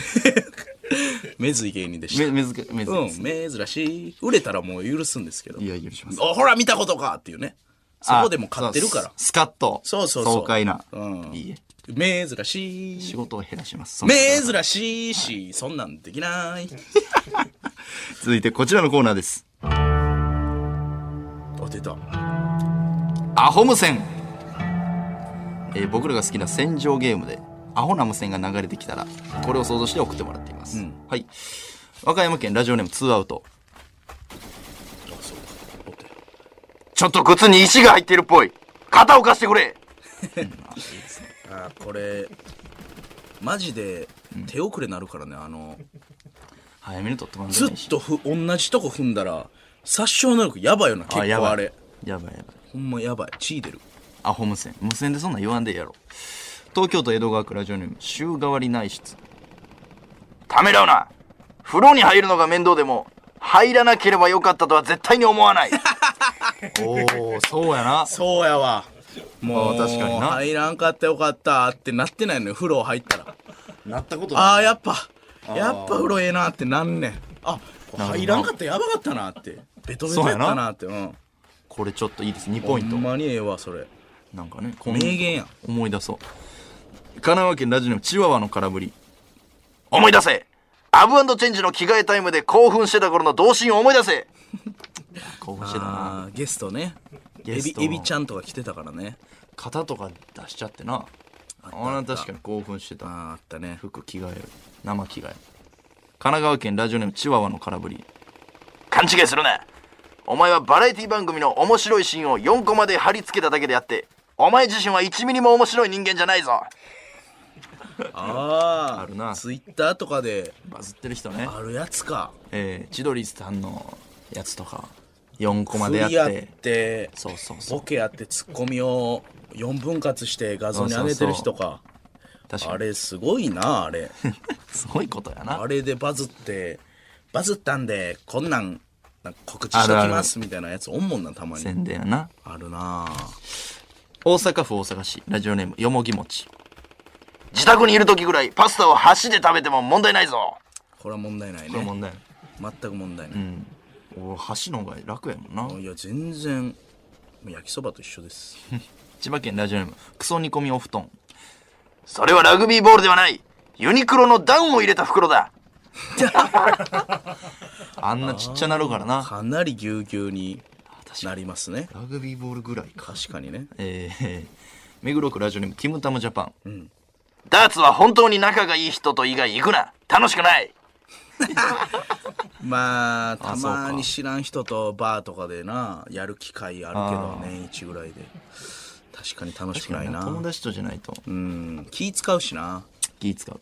めずい芸人でした
めめずけめず
うん
け
珍しい売れたらもう許すんですけど
いや許します
おほら見たことかっていうねそこでも買ってるか
あ
ら
そうススカッと
そうそうそう
爽快な
うん
いいえ
珍しい
仕事を減らしますその
珍しいしそんなんできない
続いてこちらのコーナーです
あ出た
アホ無線、えー僕らが好きな戦場ゲームでアホな無線が流れてきたらこれを想像して送ってもらっています、はい和歌山県ラジオネーム2アウトちょっと靴に石が入ってるっぽい肩を貸してくれ
あこれマジで手遅れなるからね、あの
早めに取ってもら
ずっとふ同じとこ踏んだら殺傷能力やばいよな結
や
構
ばい
あれ
やばいやばい
ほんまやばい血出る
アホ無線無線でそんなん言わんでええやろ東京都江戸川区ラジオネーム週替わり内室ためらうな風呂に入るのが面倒でも入らなければよかったとは絶対に思わないおおそうやな
そうやわもう
あー確かにな
入らんかったよかったってなってないのよ風呂入ったら
なったこと
あーやっぱやっぱ風呂ええなってなんねんあこれ入らんかったらやばかったなってベトベトやったなってうん
これちょっといいです2ポイント
ほんまにええわそれ
なんかねこん
名言やん
思い出そう神奈川県ラジオネームチワワの空振り思い出せアブチェンジの着替えタイムで興奮してた頃の童心を思い出せ興奮してたな。
あーゲストね
ゲ
エ
ス
ビ
ト
エビちゃんとか来てたからね
肩とか出しちゃってな。あな確かに興奮してた。
あーあったね
服着替える。生着替える。神奈川県ラジオネームチワワの空振り。勘違いするなお前はバラエティ番組の面白いシーンを4個まで貼り付けただけであって、お前自身は1ミリも面白い人間じゃないぞ
ああ
あるな
ツイッターとかで
バズってる人ね。
あるやつか
えー、千鳥さんのやつとか、4コマ
振
でやっ。
り合ってて
そうそうそう
ボ。ケやってツッコミを4分割して画像に上げてる人か
確
あ
かに。
れすごいなあ れ
すごいことやな
あ。れでバズってバズったんでこんなんなんか告知しときますみたいなやつおんもんなたまに
宣伝やな。
あるなあ
大阪府大阪市ラジオネームよもぎもち自宅にいる時ぐらいパスタを箸で食べても問題ないぞ
これは問題ない
これ
ね
問題
全く問題ない、
お箸の方が楽やもんない
や全然もう焼きそばと一緒です
千葉県ラジオネームクソ煮込みお布団それはラグビーボールではないユニクロのダウンを入れた袋だ あんなちっちゃなるからな
かなりぎゅうぎゅうに
確か
なりますね
ラグビーボールぐらい か
確かにね
えー、目黒区ラジオネームキムタムジャパン、ダーツは本当に仲がいい人と以外行くな楽しくない
まあた
そうか
まに知らん人とバーとかでなやる機会あるけど年一ぐらいで確かに楽しくないな
友達とじゃないと
うん気使うしな
気使う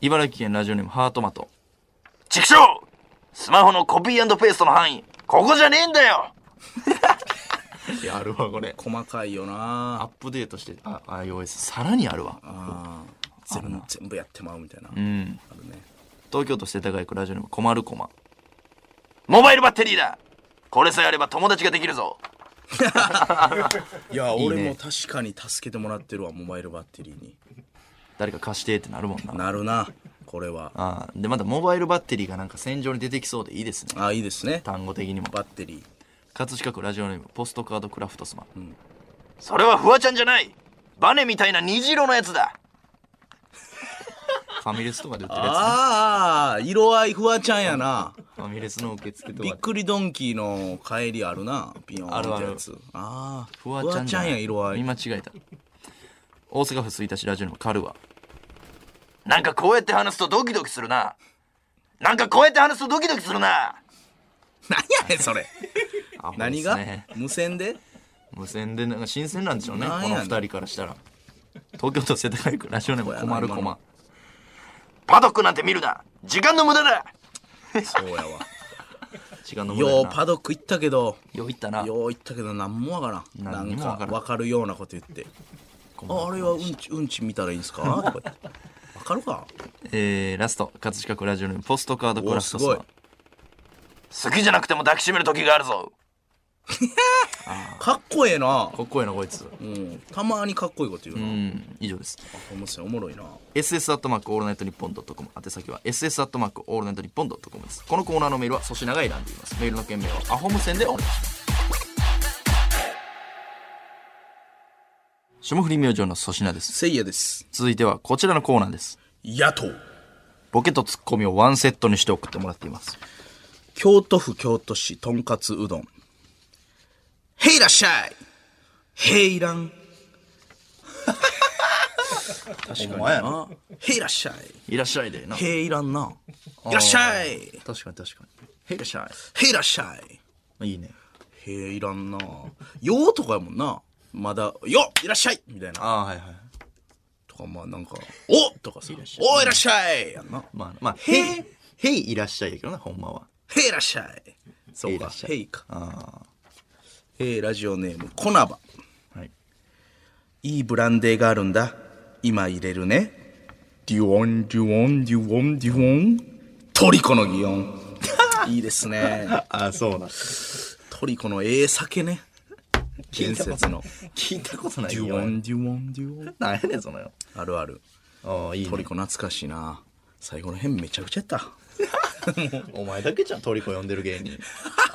茨城県ラジオネームハートマト畜生スマホのコピーペーストの範囲ここじゃねえんだよ やるわこれ
細かいよ
ア
な
ップデートしてあ iOS さらにあるわ
全部全部やってまうみたいな、
うん
あるね
東京都世田谷区ラジオネーム困る駒モバイルバッテリーだこれさえあれば友達ができるぞ
いや
いね
俺も確かに助けてもらってるわモバイルバッテリーに
誰か貸してってなるもんな
なるなこれは
あーでまたモバイルバッテリーがなんか戦場に出てきそうでいいですね
あいいですね
単語的にも
バッテリー
葛飾区ラジオネームポストカードクラフトスマン、それはフワちゃんじゃないバネみたいな虹色のやつ だファミレスとかで売ってるやつね
ああ色合いフワちゃんやな
ファミレスの受付と
びっ
か
くりドンキーの帰りあるなピヨンってやつ
あ
ああ
フワちゃんじゃない
や色合い
見間違えた大阪府吹田市ラジオネームカルワなんかこうやって話すとドキドキするななんかこうやって話すとドキドキするな
何やねんそれ何が無線で
無線でなんか新鮮なんでしょうね
なん
こ
やね
の
ん
二人からしたら東京都世田谷区ラジオネーム困る
今
駒
の
パドックなんて見るな時間の無駄だ
そう やわ
時間の無駄
よ
や
う
な
パドック行ったけど
よういったな
よう行ったけど何もわからんな
何に
ん
もわから
か
ん
分かるようなこと言ってああれはうんちうんち見たらいいん すかとか言って分かるか
えー、ラスト葛飾区ラジオネームポストカードクラフト
おす
好きじゃなくても抱きしめる時があるぞ
かっこええな、
かっこいいなこいつ
うん、たまにかっこいいこと言う
う
な、
ん以上です
うん、無線おもろいな
SS アットマークオールナイトニッポンドットコム宛先は SS アットマークオールナイトニッポンドットコムですこのコーナーのメールは粗品が選んでいますメールの件名はアホ無線でお願いします霜降り明星の粗品です
せいやです
続いてはこちらのコーナーです
野党
ボケとツッコミをワンセットにして送ってもらっています
京都府京都市とんかつうどん。へいらっしゃいへいらん。確
お前や
な。へいらっしゃ
いらっしゃいでない
へいらんな。いらっしゃいへ
確かに確かにへいらっしゃ
いらっしゃい
いいいね
へいらんな。よーとかやもんな。まだ、よいらっしゃいみたいな。
ああはいはい
とか、まあなんか、おとかさ、おいらっしゃいやんな。
まあまあへいへいいらっしゃいやけどなほんまは
へいらっしゃいそう
いら
か
っし、ゃい
へいか。えーラジオネーム、コナバ。
はい
いいブランデーがあるんだ。今入れるね。デュオン、デュオン、デュオン、デュオン。トリコの擬 音。いいですね。
ああそうな
トリコのええ酒ね。伝説の。
聞いたことな
デ
いよ
ュオン、デュオン、デュオン。
なんやねんそのよ
あるある。
ああいい、ね、
トリコ懐かしいな。最後の辺めちゃくちゃや った。
お前だけじゃんトリコ呼んでる芸人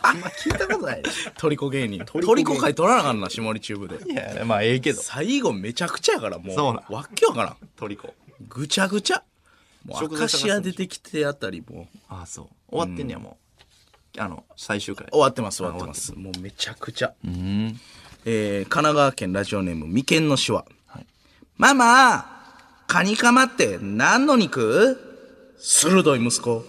あんま聞いたことないでし
トリコ芸人。ト
リコ芸
リ
人
コ会取らなあかんな、下りチューブで。
ょいやまあええけど
最後めちゃくちゃやから、もう。
そうなん
わっけわからん。
トリコ
ぐちゃぐちゃ。もう、ア
食材探
カ
す
シア出てきてあたりもう。
ああそう終わってんねやもあの、最終回。
終わってます、終わってます。もうめちゃくちゃ。えー、神奈川県ラジオネーム、眉間の手話。ママ、カニカマって何の肉鋭い息子。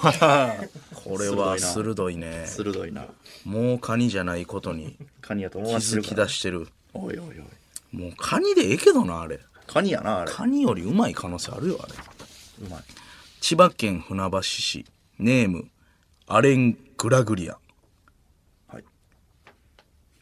これは鋭いね。
鋭いな。
もうカニじゃないことに
カニやと思
気
わ
づき出してる。
おいおいおい。
もうカニでええけどな、あれ。
カニやな、あれ。
カニよりうまい可能性あるよ、あれ。
うまい。
千葉県船橋市、ネーム、アレン・グラグリアン。
はい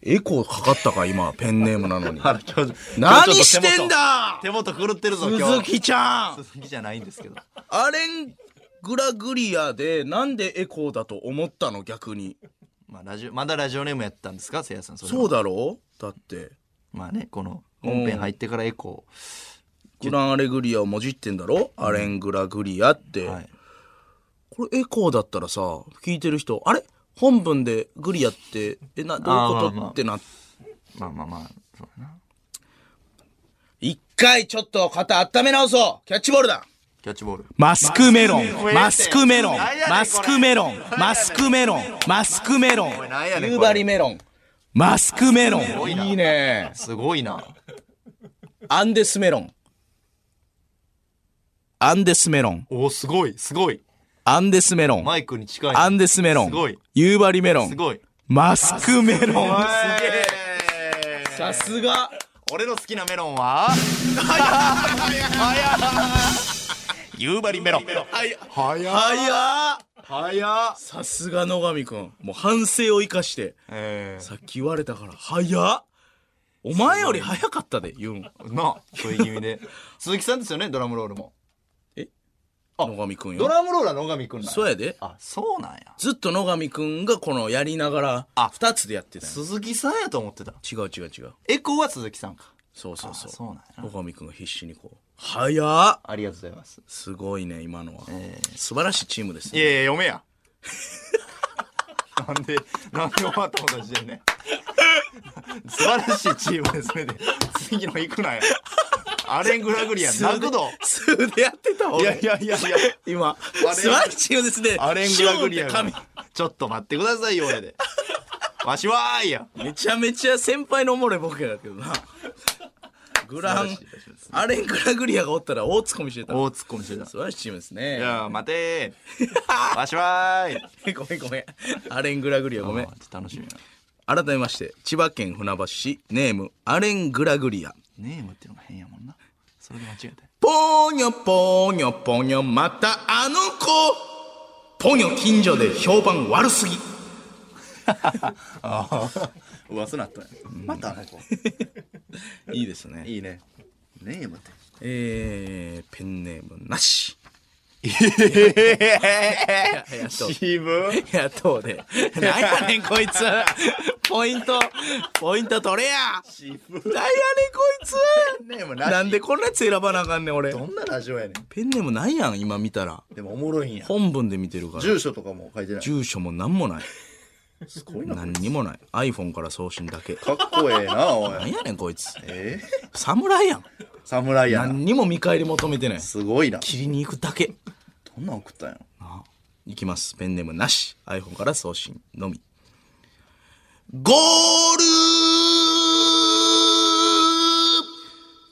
エコーかかったか、今、ペンネームなのに。
原教授。
何してんだ
手元狂ってるぞ、今
鈴
日。
木ちゃん
鈴木じゃないんですけど。
アレン・グラグリアで、なんでエコーだと思ったの、逆に。
まあ、ラジオ、まだラジオネームやったんですか、せいやさん。それは
そうだろうだって、
まあね、この、本編入ってからエコ
グラン・アレグリアをもじってんだろアレン・グラグリアって。
ー。はい。
これエコーだったらさ、聞いてる人、あれ本文でグリアって、え、な、どういうこと
あーまあまあ
ってなって
まあまあまあ、そうだな。
一回ちょっと肩温め直そうキャッチボールだ
キャッチボール。
マスクメロン、マスクメロン、マスクメロン、マスクメロン、マスクメロン、
なんやねん。
夕
こ
張
れ
メロン。
マスクメロン、
いいね。
すごいな。
アンデスメロン。アンデスメロン。
お、すごい、すごい。
アンデスメロン。
マイクに近い。
アンデスメロン
すごい。。
夕張メロ
す
ン。
ごい。
マスクメロン。
すげえ。
さすが。
俺の好きなメロンは
夕張メロン。
早っ
早っ。
さすが野上くん。もう反省を生かして。
え
さっき言われたから、早っお前より早かったで、言うん。
ー、なあ、そういう意味で。鈴木さんですよね、ドラムロールも。
野上くん
ド
よ。
ラムロールは野上くんなんや
そうやで。
あ、そうなんや。
ずっと野上くんがこのやりながら、あ、二つでやってたよ
鈴木さんやと思ってた。
違う違う違う。
エコーは鈴木さんか。
そうそうそ
あ
う。
そうなんやな
野上くんが必死にこう。早っ
ありがとうございます。
すごいね、今のは。素晴らしいチームです
い
ね。
やいや、嫁や。 なんで、なんで終わったことしてんねん。素晴らしいチームですね。で次の行くなよ。アレン・グラグリアン、泣くぞ。
素でやってた
い
俺
やいやいやいや。
今。
れ
素晴らしいチームですね。
アレン・グラグリアン
ショーンって
が。ちょっと待ってくださいよ、俺で。わしはーいや。
神めちゃめちゃ先輩のおもろいボケだけどな。グラン
素晴らしい、
アレン・グラグリアがおったら大ツッコミしてた。
大ツッコミしてた。
素晴らしいチームですね
い。や、待てー。わしはーい。
ごめんごめん。アレン・グラグリアごめん
あ。ー楽しみや
改めまして、千葉県船橋市、ネーム、アレン・グラグリア。
な。ネームっていうのが変やもんな。それで間違えた。
ポーニョポーニョポーニョまたあの子ポーニョ近所で評判悪すぎ
噂なったんやまたね、こ
いいですね
いいね。ネームって。
えー、ペンネームなし
渋
いやどうで何やねんこいつポイントポイント取れや
渋
何やねんこいつ
ネームな
なんでこんなやつ選ばなあかんねん俺
どんなラジオやね
ペンネームないやん今見たら
んでもおもろいんや
本文で見てるから
住所とかも書いてない
住所も何もない何にもない iPhone から送信だけ
かっこええなおい
何やねんこいつ
え
侍やん
侍やな
何にも見返り求めてない
すごいな
切りに行くだけ
どんなん送ったんや
いきますペンネームなし iPhone から送信のみゴー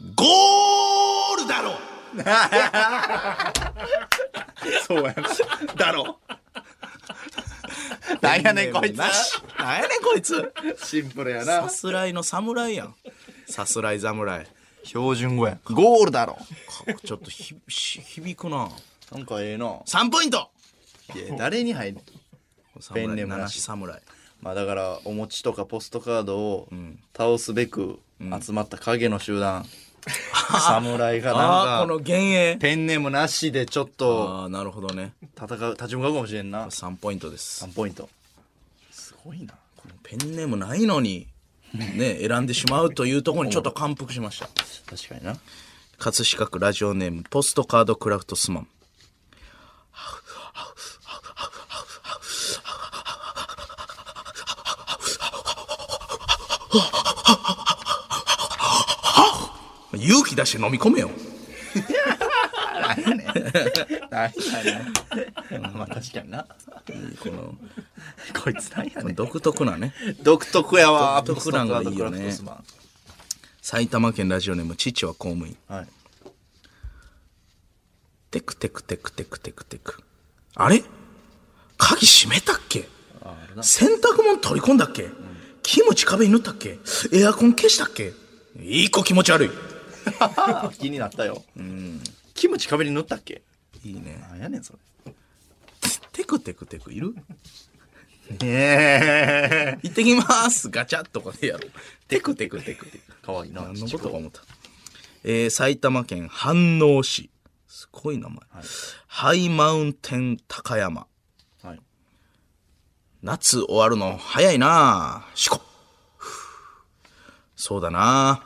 ルゴールだろ
そうやなだろなんやねんこい
ペンネームなし何やねんこいつ
つシンプルや
さすらいの侍やんさすらい侍
標準語やゴールだろ
ちょっとひし響くな
なんかええな
3ポイント
いや誰に入る
侍
ペンネーム
な
な
し
し
侍
まあだからお餅とかポストカードを倒すべく集まった影の集団侍が
ああ
な
ーこの
んか
幻影
ペンネームなしでちょっと
ああなるほどね
戦う立ち向かうかもしれんな
3ポイントです
3ポイントすごいな
ペンネームないのに、ね、選んでしまうというところにちょっと感服しました。
確かにな
葛飾区ラジオネーム、ポストカードクラフトスマン。勇気出して飲み込めよ。
はいはいはいまあ確かにな
この
こいつなんや
この独特なね
独特やわ
独特なんがいいよね
ポストカードクラフトス
埼玉県ラジオネーム父は公務員
マンはい
テクテクテクテクテクテクあれ鍵閉めたっけ洗濯物取り込んだっけ、キムチ壁に塗ったっけエアコン消したっけいい子気持ち悪い
あ 気になったよキムチ壁に塗ったっけ
いいね
なんやねんそれ
テクテクテクいる
ええ
行ってきますガチャッとかでやるテクテクテクテク
かわいいな
何のことか思った、えー、埼玉県飯能市すごい名前、ハイマウンテン高山
はい
夏終わるの早いなあしこふうそうだな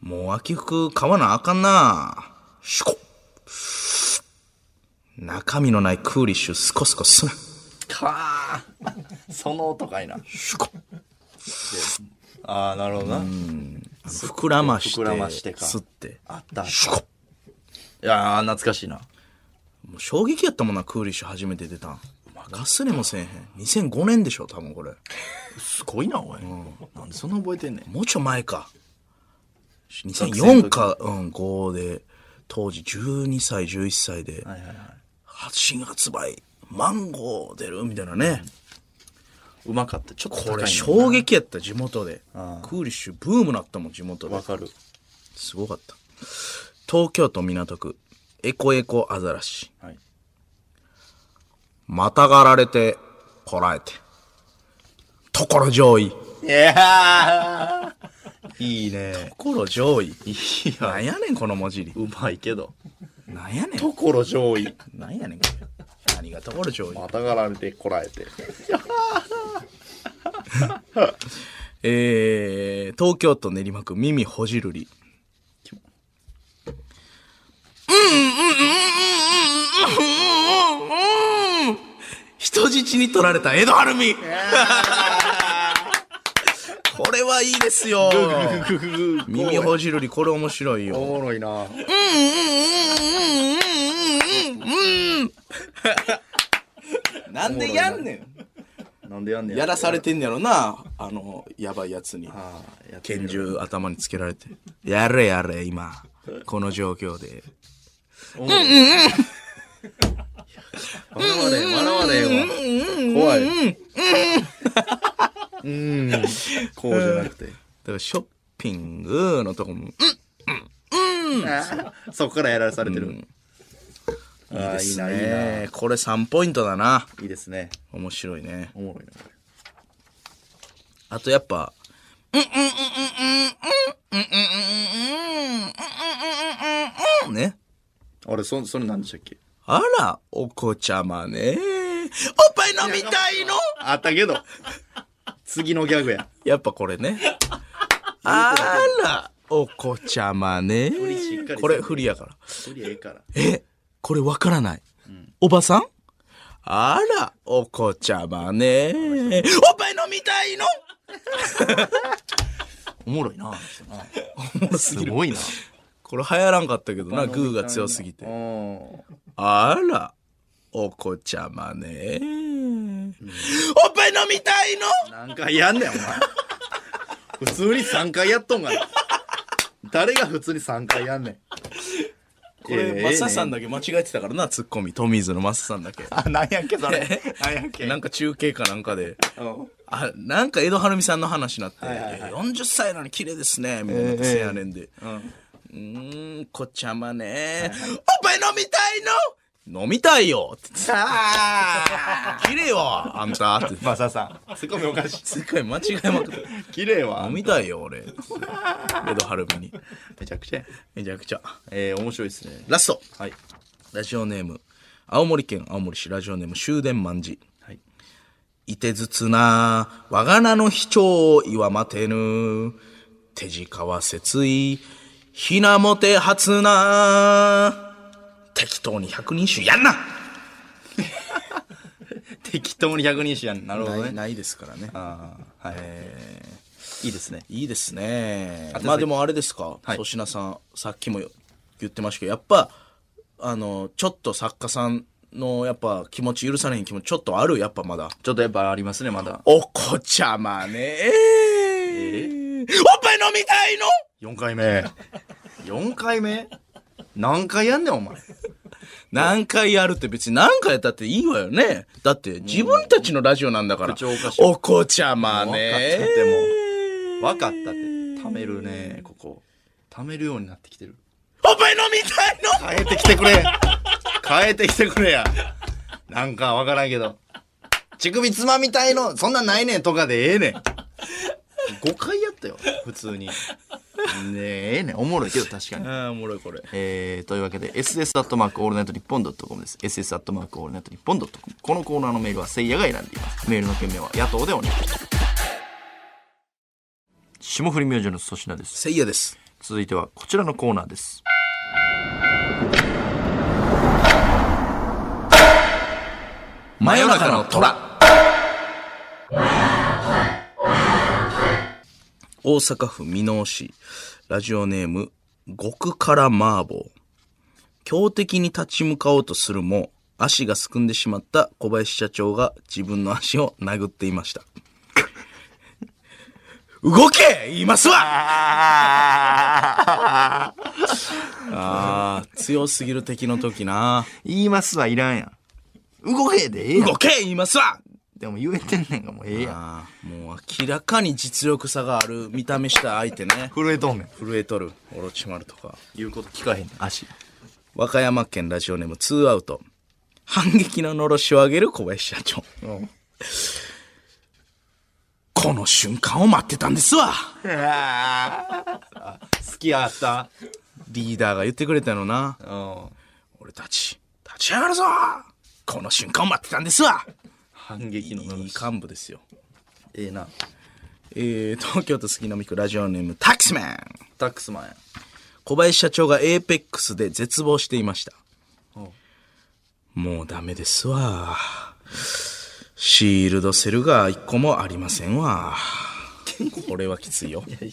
もう秋服買わなあかんなあしこ中身のないクーリッシュすこすこすな
かーその音かいなああなるほどな
膨らまして
膨らましてか
吸って
あったい
しこ
やー懐かしいな
もう衝撃やったもんなクーリッシュ初めて出たん忘れもせえへん2005年でしょ多分これ
すごいなおいなんでそんな覚えてんねん
もうちょい前か。2004か、うん、5で、当時12歳、11歳で、発信発売、マンゴー出るみたいなね。
うまかったちょっと高い
こ
ねん
れ
な
衝撃やった、地元で。クーリッシュブームなったもん、地元で
わ。かる
すごかった。東京都港区、エコエコアザラシ。
はい
またがられて、こらえて。ところ上位。
いやーいいね
ところ上位。
い
な
や
んやねん、この文字り。
うまいけど
なんやねん。
ところ上位
なんやねん、これ。何がところ上位。
またがられてこらえて
えー、東京都練馬区耳ほじるり。人質に取られた江戸晴美これはいいですよ。耳ほじるり、これ面白いよ。
おもろいな
なんでやんね
なんでやんね
ん。
ん
やらされてんやろな。あの、やばいやつに。
あーやって
拳銃頭につけられて。やれやれ、今。この状況で。
笑われへん笑われへんわ怖いうんこうじゃなくて
だからショッピングのとこも、
そこからやらされてる、あ
いい
ー
です
いいないい
ね。これ3ポイントだな。
ないいですね
面白いね。
おもろいな
あとやっぱ、ね。
あれそそれなんでしたっけ
あら、お子ちゃまね。おっぱい飲みたいの
あったけど次のギャグや
やっぱこれ ね。あら、お子ちゃまね
りしっかり。
これ振りやから。
そりゃええから
え、これわからない。おばさんあら、お子ちゃまね。おっぱい飲みたいの
おもろいな
す
すごいな
これ流行らんかったけどな、グーが強すぎて。
お
あら、お子ちゃまね。おっぱい飲みたいの
何回やんねんお前普通に3回やっとんがな誰が普通に3回やんねん
これ、マサさん
だ
だけ間違えてたからな、ツッコミ。トミーズのマサさんだ け。
あなんやっけそ れなんやっけ
なんか中継かなんかで。
うん
あなんか江戸晴美さんの話になって、
いはいはい
40歳なのに綺麗ですねみたいなことせやねんで、うーんこちゃまね、おっぱい飲みたいの飲みたいよって言って綺麗よあんた って
マサさんツッコミおかしい
すっごい間違いまくって
綺麗は
飲みたいよ俺江戸晴美に
めちゃくちゃや
めちゃくちゃ
えー、面白いですね
ラスト
はい
ラジオネーム青森県青森市ラジオネーム終電まんじ
はい
いてずつな、我が名の卑怯を祝まてぬ。手近は節意、ひなもて初な。適当に百人衆やんな
適当に100人視やんなるほどね
ないですからね。
あーはい、いいですね
いいですね。
先
まあでもあれですか、
はい
粗品さん、さっきも言ってましたけど、やっぱ、あの、ちょっと作家さんのやっぱ気持ち許されへん気持ちちょっとあるやっぱまだ
ちょっとやっぱありますね、まだ。
お子ちゃまねおっぱい飲みたいの
4回目。4回目何回やんねん、お前。
何回やるって別に何回やったっていいわよね。だって自分たちのラジオなんだから
口おかし。い
お子ちゃまね。
分かったってもう分かったって。溜めるね、ここ。溜めるようになってきてる。
おっぱい飲みたいの
変えてきてくれ。変えてきてくれや。なんかわからんけど。乳首つまみたいの、そんなんないねんとかで ええねん。5回やったよ、普通に。ねえ、ええねん。おもろいけど確かに。
ああ、おもろいこれ。
えー、というわけで SS アットマークオールナイトニッポンドットコムです SS アットマークオールナイトニッポンドットコムこのコーナーのメールはせいやが選んでいますメールの件名は野党でお願いします霜降り明星の粗品です
せいやです。
続いてはこちらのコーナーです
真夜中の虎。大阪府箕面市、ラジオネーム、極辛麻婆。強敵に立ち向かおうとするも、足がすくんでしまった小林社長が自分の足を殴っていました。 動け言いますわ あー強すぎる敵の時な。
言いますはいらんやん動けでええやん
動け言いますわ
でも言えてんねんがもうええやん
あーもう明らかに実力差がある見た目した相手ね
震えとんねん
震えとるオロチマルとか
言うこと聞かへんねん足
和歌山県ラジオネーム2アウト反撃ののろしを上げる小林社長、この瞬間を待ってたんですわ
好きやった
リーダーが言ってくれたのな
うん
俺たち立ち上がるぞこの瞬間を待ってたんですわ
反撃の
いい幹部ですよ
ええな
えー、東京都杉並区ラジオネームタキスマン
タックスマンや
小林社長が APEX で絶望していました。もうダメですわ。シールドセルが一個もありませんわ。これはきついよ。
い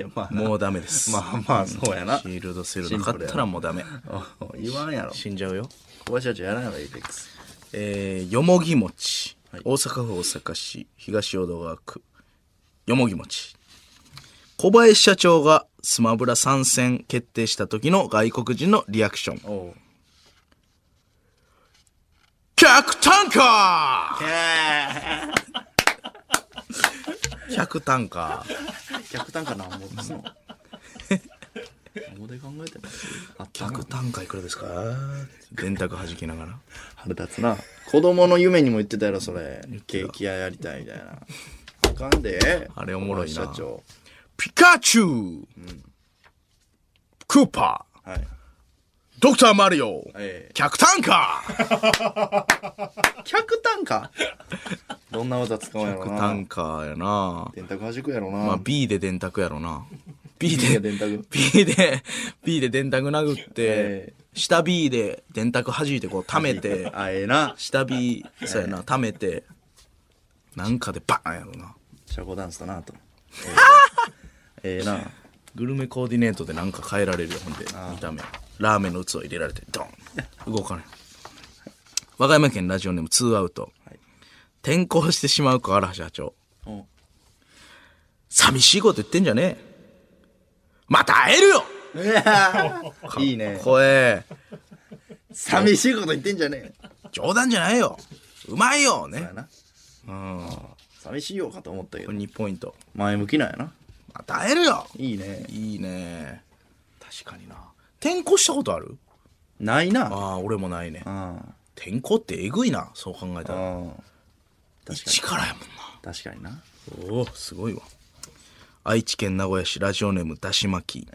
やまあ
もうダメです。
まあまあそうやな
シールドセルなかったらもうダメ。
言わんやろ
死んじゃうよ。
小林社長やらないわエイペックス
えー、よもぎ餅、大阪府大阪市東淀川区よもぎ餅小林社長がスマブラ参戦決定した時の外国人のリアクショ
おう
ン客単価客単価
客単価なんぼですの何ぼで考えてもあった
客単価いくらですか電卓弾きながら
腹立つな子供の夢にも言ってたやろそれケーキ屋やりたいみたいなあかんで
あれおもろいな
小林社長
ピカチュウ、クーパー
はい
ドクターマリオ、
ええ
客単価
客単価どんな技使うんやろ
客
な
単価やな
電卓弾くやろな、
まあ B で電卓やろ な。B
いや
で、
電卓
B で、B で電卓殴って、
え
下 B で電卓弾いてこう溜めて、
あええな
下 B、そうやな、溜めて、なんかでバーンやろな。
社交ダンスだなとええええな
グルメコーディネートでなんか変えられるよ、ほんで、見た目。ラーメンの器入れられて、ドン動かない。和歌山県ラジオネーム2アウト。転校してしまう小原社長。
お
寂しいこと言ってんじゃねえ。また会えるよ
いいね
声。
寂しいこと言ってんじゃねえ
冗談じゃないようまいよね
やな寂しいよかと思ったけ
こ
ど
れ2ポイント
前向きなんやな
また会えるよ
いいね
いいね確かにな転校したことある
ないな
ああ俺もないね
うん
転校ってえぐいなそう考えたら
うん
一からやも
確かになん
なおおすごいわ愛知県名古屋市ラジオネームだし巻き、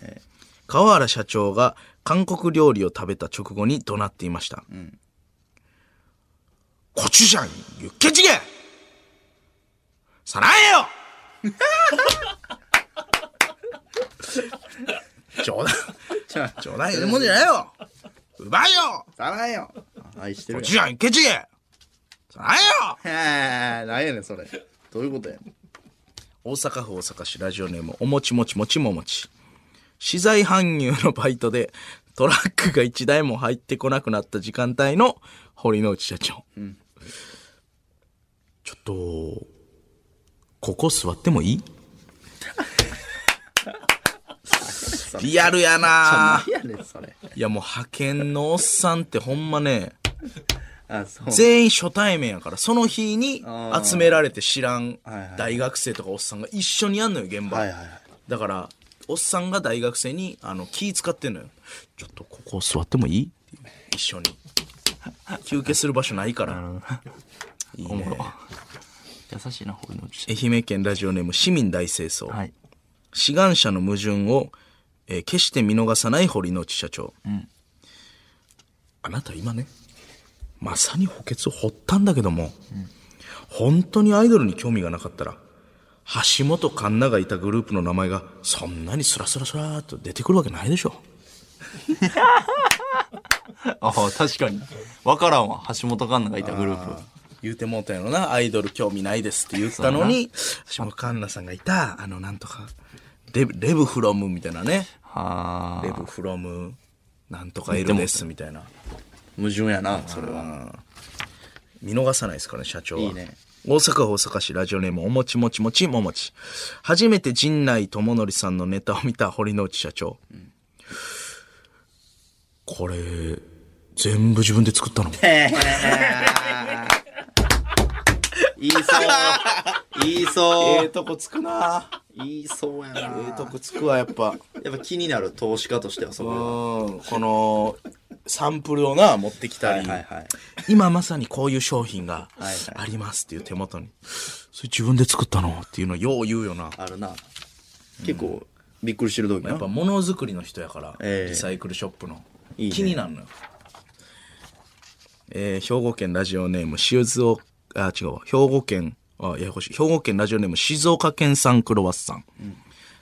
川原社長が韓国料理を食べた直後に怒鳴っていました、コチュジャンユッケチゲさらえよ 冗談
じゃあ
冗談言うもんじゃないようまいよ
さらんよ愛してる
コチュジャンユッケチゲさらえよ
やんへえ何やねんそれどういうことやねん
大阪府大阪市ラジオネームおもちもちもちももち資材搬入のバイトで、トラックが一台も入ってこなくなった時間帯の堀之内社長。ちょっと、ここ座ってもいい リアルやな
やねんそれ。
いやもう派遣のおっさんってほんまね、
あ、そう。
全員初対面やから、その日に集められて知らん大学生とかおっさんが一緒にやんのよ、現場。
はいはいはい。
だから、おっさんが大学生にあの気使ってんのよ。ちょっとここ座ってもいいっていう一緒に。休憩する場所ないから。
おもろ。優しいな、堀之内社
愛媛県ラジオネーム市民大清掃。
長。はい。
志願者の矛盾を、えー決して見逃さない堀之内社長、あなた今ねまさに補欠を掘ったんだけども、本当にアイドルに興味がなかったら橋本環奈がいたグループの名前がそんなにスラスラスラーっと出てくるわけないでしょ
ああ、確かに。わからんわ。橋本環奈がいたグループ。
言うてもうたやろなアイドル興味ないですって言ったのに橋本環奈さんがいたあのなんとかレブレブフロムみたいなね
は
レブフロムなんとかエルですみたいな矛盾やなそれは見逃さないですからね社長はい
いね
大阪府大阪市ラジオネームおもちもちもちももち初めて陣内智則さんのネタを見た堀之内社長、これ全部自分で作 ったの
言いそう。言いそう。
とこつくな
言いそうやな。
ええとこつくわやっぱ
やっぱ気になる投資家としてはそこ
うんこのサンプルをな持ってきたり、
はい。
今まさにこういう商品がありますっていう手元に、それ自分で作ったのっていうのよう言うよな。
あるな。結構、びっくりしてる時
やっ
な
ぱ。ものづくりの人やから、
ええ
リサイクルショップの。
いいね
気になるのよ。えー兵庫県ラジオネーム、塩津を、あ、違うわ、兵庫県、あ、ややこしい。兵庫県ラジオネーム、静岡県産クロワッサン。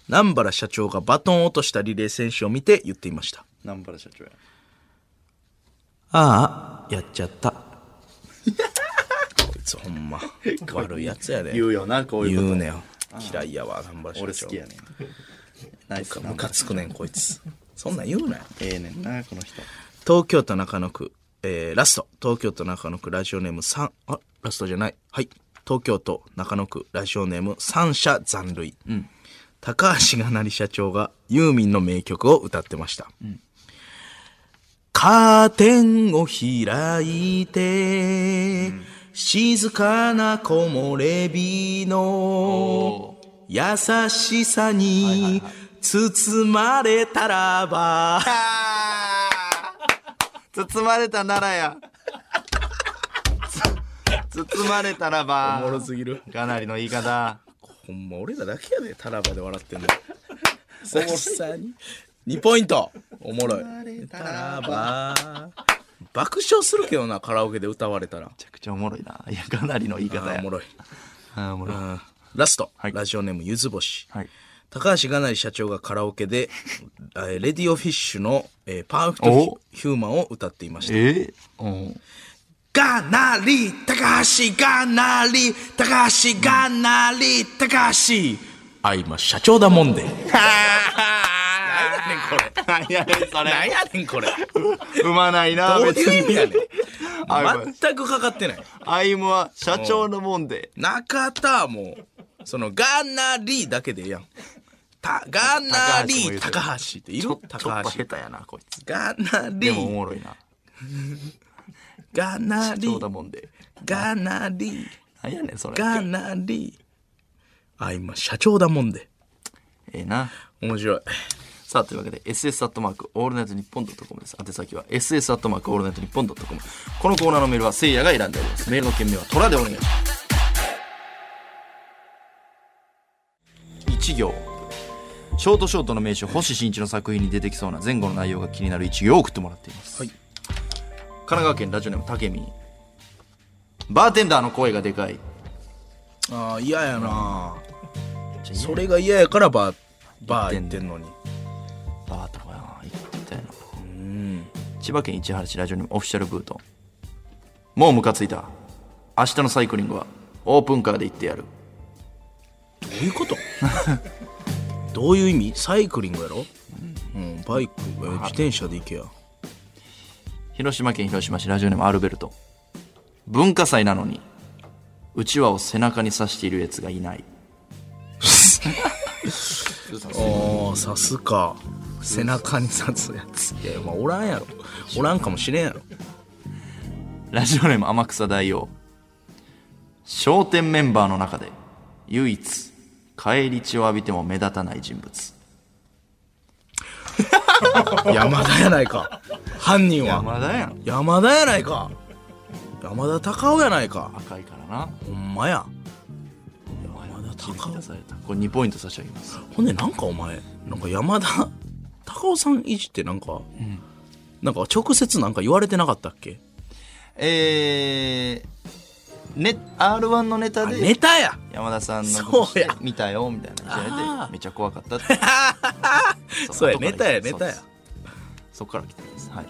南原社長がバトンを落としたリレー選手を見て言っていました。
南原社長や。
ああ、やっちゃった。 こいつほ んま、悪いやつやで。
言うよな、こういうこと。
言うねよ嫌いやわ南原社長
俺好きやねん。ナイスな
ム。カつくねんこいつそんなん言うなよ
ええねんな、この人。
東京都中野区、えー、ラスト東京都中野区ラジオネーム3あラストじゃないはい東京都中野区ラジオネーム三者残類、高橋がなり社長がユーミンの名曲を歌ってました、カーテンを開いて、静かな木漏れ日の優しさに包まれたらば、
包まれたならや。つ包まれたらば。おもろすぎる。かなりの言い方。
ほんま俺らだけやで、タラバで 笑ってんの。久々に。2ポイントおもろい。タラバ爆笑するけどな、カラオケで歌われたら。
めちゃくちゃおもろいな。いや、かなりの言い
あ
方
ー
や。
おもろい。
あーおもろい。は
ラスト、
はい
ラジオネームゆずぼし。
い。
高橋がなり社長がカラオケで、えーレディオフィッシュの、えーパーフェクトヒューマンを歌っていました。
え
がなり、高橋がなり、高橋がなり、高橋。あ、今、社長だもんで。
何やねん、それ。
なんやねん、これ。
生まないな、
どういう意味やねん。
あごめん
全くかかってない。
アイムは社長のもんで。
中田はもう、その、がなりだけでええやん。た、がなり、
高
高
橋
橋っている
ちょちょっと
高
下
橋。
手やな、こいつ。
がな
でもお
り、
もろいな。
が
ど
なり
う、だもんで。
がなり、
何やねん、それ。
がなり。あ、今、社長だもんで。
ええな。
面白い。
さあ、というわけで、SS アットマークオールナイトニッポンドットコムです。宛先は SS アットマークオールナイトニッポンドットコム。このコーナーのメールはせいやが選んでおります。メールの件名はトラでお願いします。一行。ショートショートの名手、星新一の作品に出てきそうな前後の内容が気になる一行を送ってもらっています。
はい
神奈川県ラジオネームたけみんバーテンダーの声がでかい。
ああ、嫌やなそれが嫌やから、バー、バー行ってんのに。
バーとかな行ってみたいな千葉県市原市ラジオにオフィシャルブートもうムカついた明日のサイクリングはオープンカーで行ってやる
どういうことどういう意味サイクリングやろバイク、えー自転車で行けや。
広島県広島市ラジオネームアルベルト文化祭なのにうちわを背中に刺しているやつがいない
ああ、さすか。背中に刺すやつ。いや、まあ、おらんやろ。おらんかもしれんやろ。
ラジオネーム天草大王笑点メンバーの中で唯一帰り血を浴びても目立たない人物
山田やないか。犯人は。
まだやん
山田やないか。山田隆夫やないか。
赤いからな
ほんまや。山田隆
出
夫。
されたこれ2ポイント差し上げます
ほんで、なんかお前、なんか山田 隆夫さんいじってなんか、なんか直接なんか言われてなかったっけ
えー、ね r 1のネタ
あ
で
ネタや
山田さんの
そうや
見たよみたいな言われて
あー
めっちゃ怖か ったって
そうや、
後から
ネタや、
来て
ネ
る
タや
そう。ですそっから来てますはい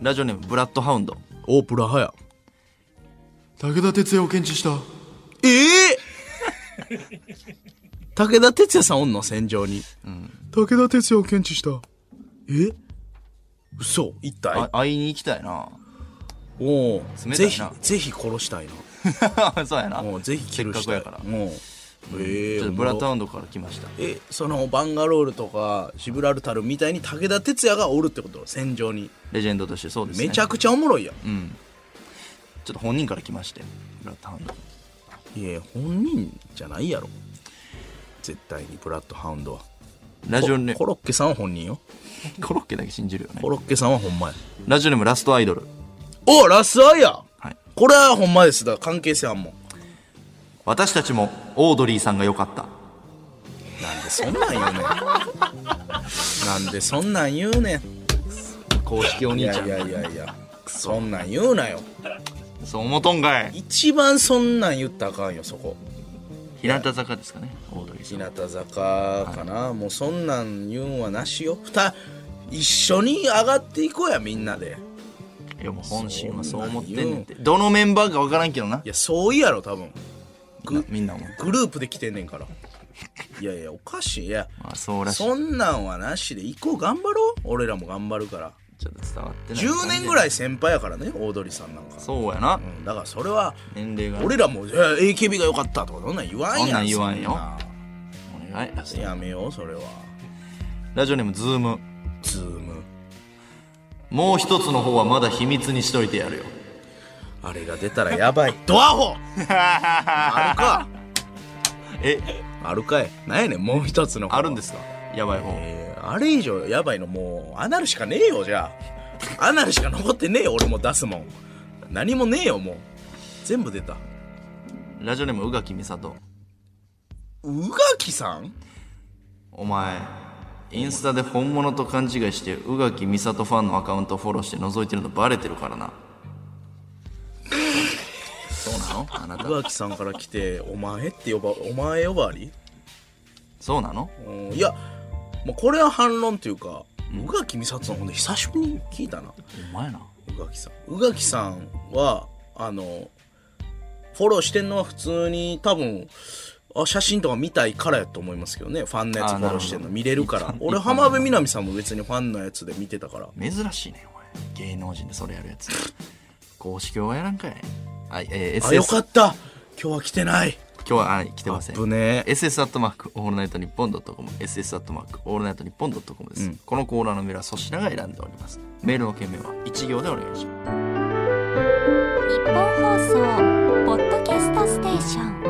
ラジオネームブラッドハウンド
オープラ派や。
武田鉄矢を検知した
ええ 武田鉄矢さんおんの戦場に。武田鉄矢を検知した。え嘘一体
会いに行きたいな
おお
冷たい
ぜ
な
ひ、ぜひ殺したい
そうやな
な。もうぜひキルしたい。
せっかくやか
もう。ええ
ちょっとブラッドハウンドから来ました
え、そのバンガロールとかシブラルタルみたいに武田鉄矢がおるってこと戦場に。
レジェンドとしてそうですね
めちゃくちゃおもろいやん。
ちょっと本人から来ましてブラッドハウンド
いや、本人じゃないやろ。絶対にブラッドハウンドは。
ラジオネー
コ
ム
ロッケさんは本人よ。
コロッケだけ信じるよね
コロッケさんはほんまや。
ラジオネームラストアイドル
おラスアイや
はい
これはほんまですだ関係性あんもん
私たちもオードリーさんが良かった
なんでそんなん言うねん なんでそんなん言うねん
公式お
い
兄ち
や
ゃん
いやいやいやそんなん言うなよ
そう思うとんかい
一番そんなん言ったらあかんよそこ
日向坂ですかねオードリーさ
日
ん
向坂かな、もうそんなん言うんはなしよふた一緒に上がっていこうやみんなで
いやもう本心はそう思ってんねんってどのメンバーか分からんけどない
やそういやろ多分
なみんな思う
グループで来てんねんからいやいやおかしいいや
まあそうらしい
そんなんはなしで行こう頑張ろう俺らも頑張るから
ちょっと伝わってない
10年ぐら
い
い先輩やからねオードリーさんなんか、
そうやな
うん、だからそれは
年齢が
俺らも「いや AKB が良かった」とかそんなん言わ
そ
んやん
んなん言わんよ
そな
お願いラスト
やめようそれは
ラジオネームズーム
ズーム
もう一つの方はまだ秘密にしといてやるよ
あれが出たらやばいド アホ あるか
え
あるかいなんやねんもう一つの方
あるんですかやばい方
えーあれ以上やばいのもうアナルしかねえよじゃあアナルしか残ってねえよ俺も出すもん何もねえよもう全部出た
ラジオネーム宇垣美里
宇垣さん
お前インスタで本物と勘違いして宇垣美里ファンのアカウントをフォローして覗いてるのバレてるからな
そうなのあなた浮気さんから来て「お前」って呼ばお前呼ばわり
そうなの
うんいや、まあ、これは反論というか宇垣美里さんほんで久しぶりに聞いたな
お前な
宇垣さん宇垣さんはあのフォローしてんのは普通に多分あ写真とか見たいからやと思いますけどねファンのやつ
あ
フォローしてん
なるほど
の見れるから
一般
俺
一般
浜辺美波さんも別にファンのやつで見てたから
珍しいねお前芸能人でそれやるやつ公式はやらんかいはいえー、SS
あよかった今日は来てない
今日ははい来てません
ぶね
SS アットマークオールナイトニッポンドットコム SS アットマークオールナイトニッポンドットコムです、このコーナーのメールは粗品が選んでおりますメールの件名は一行でお願いします
日本放送ポッドキャストステーション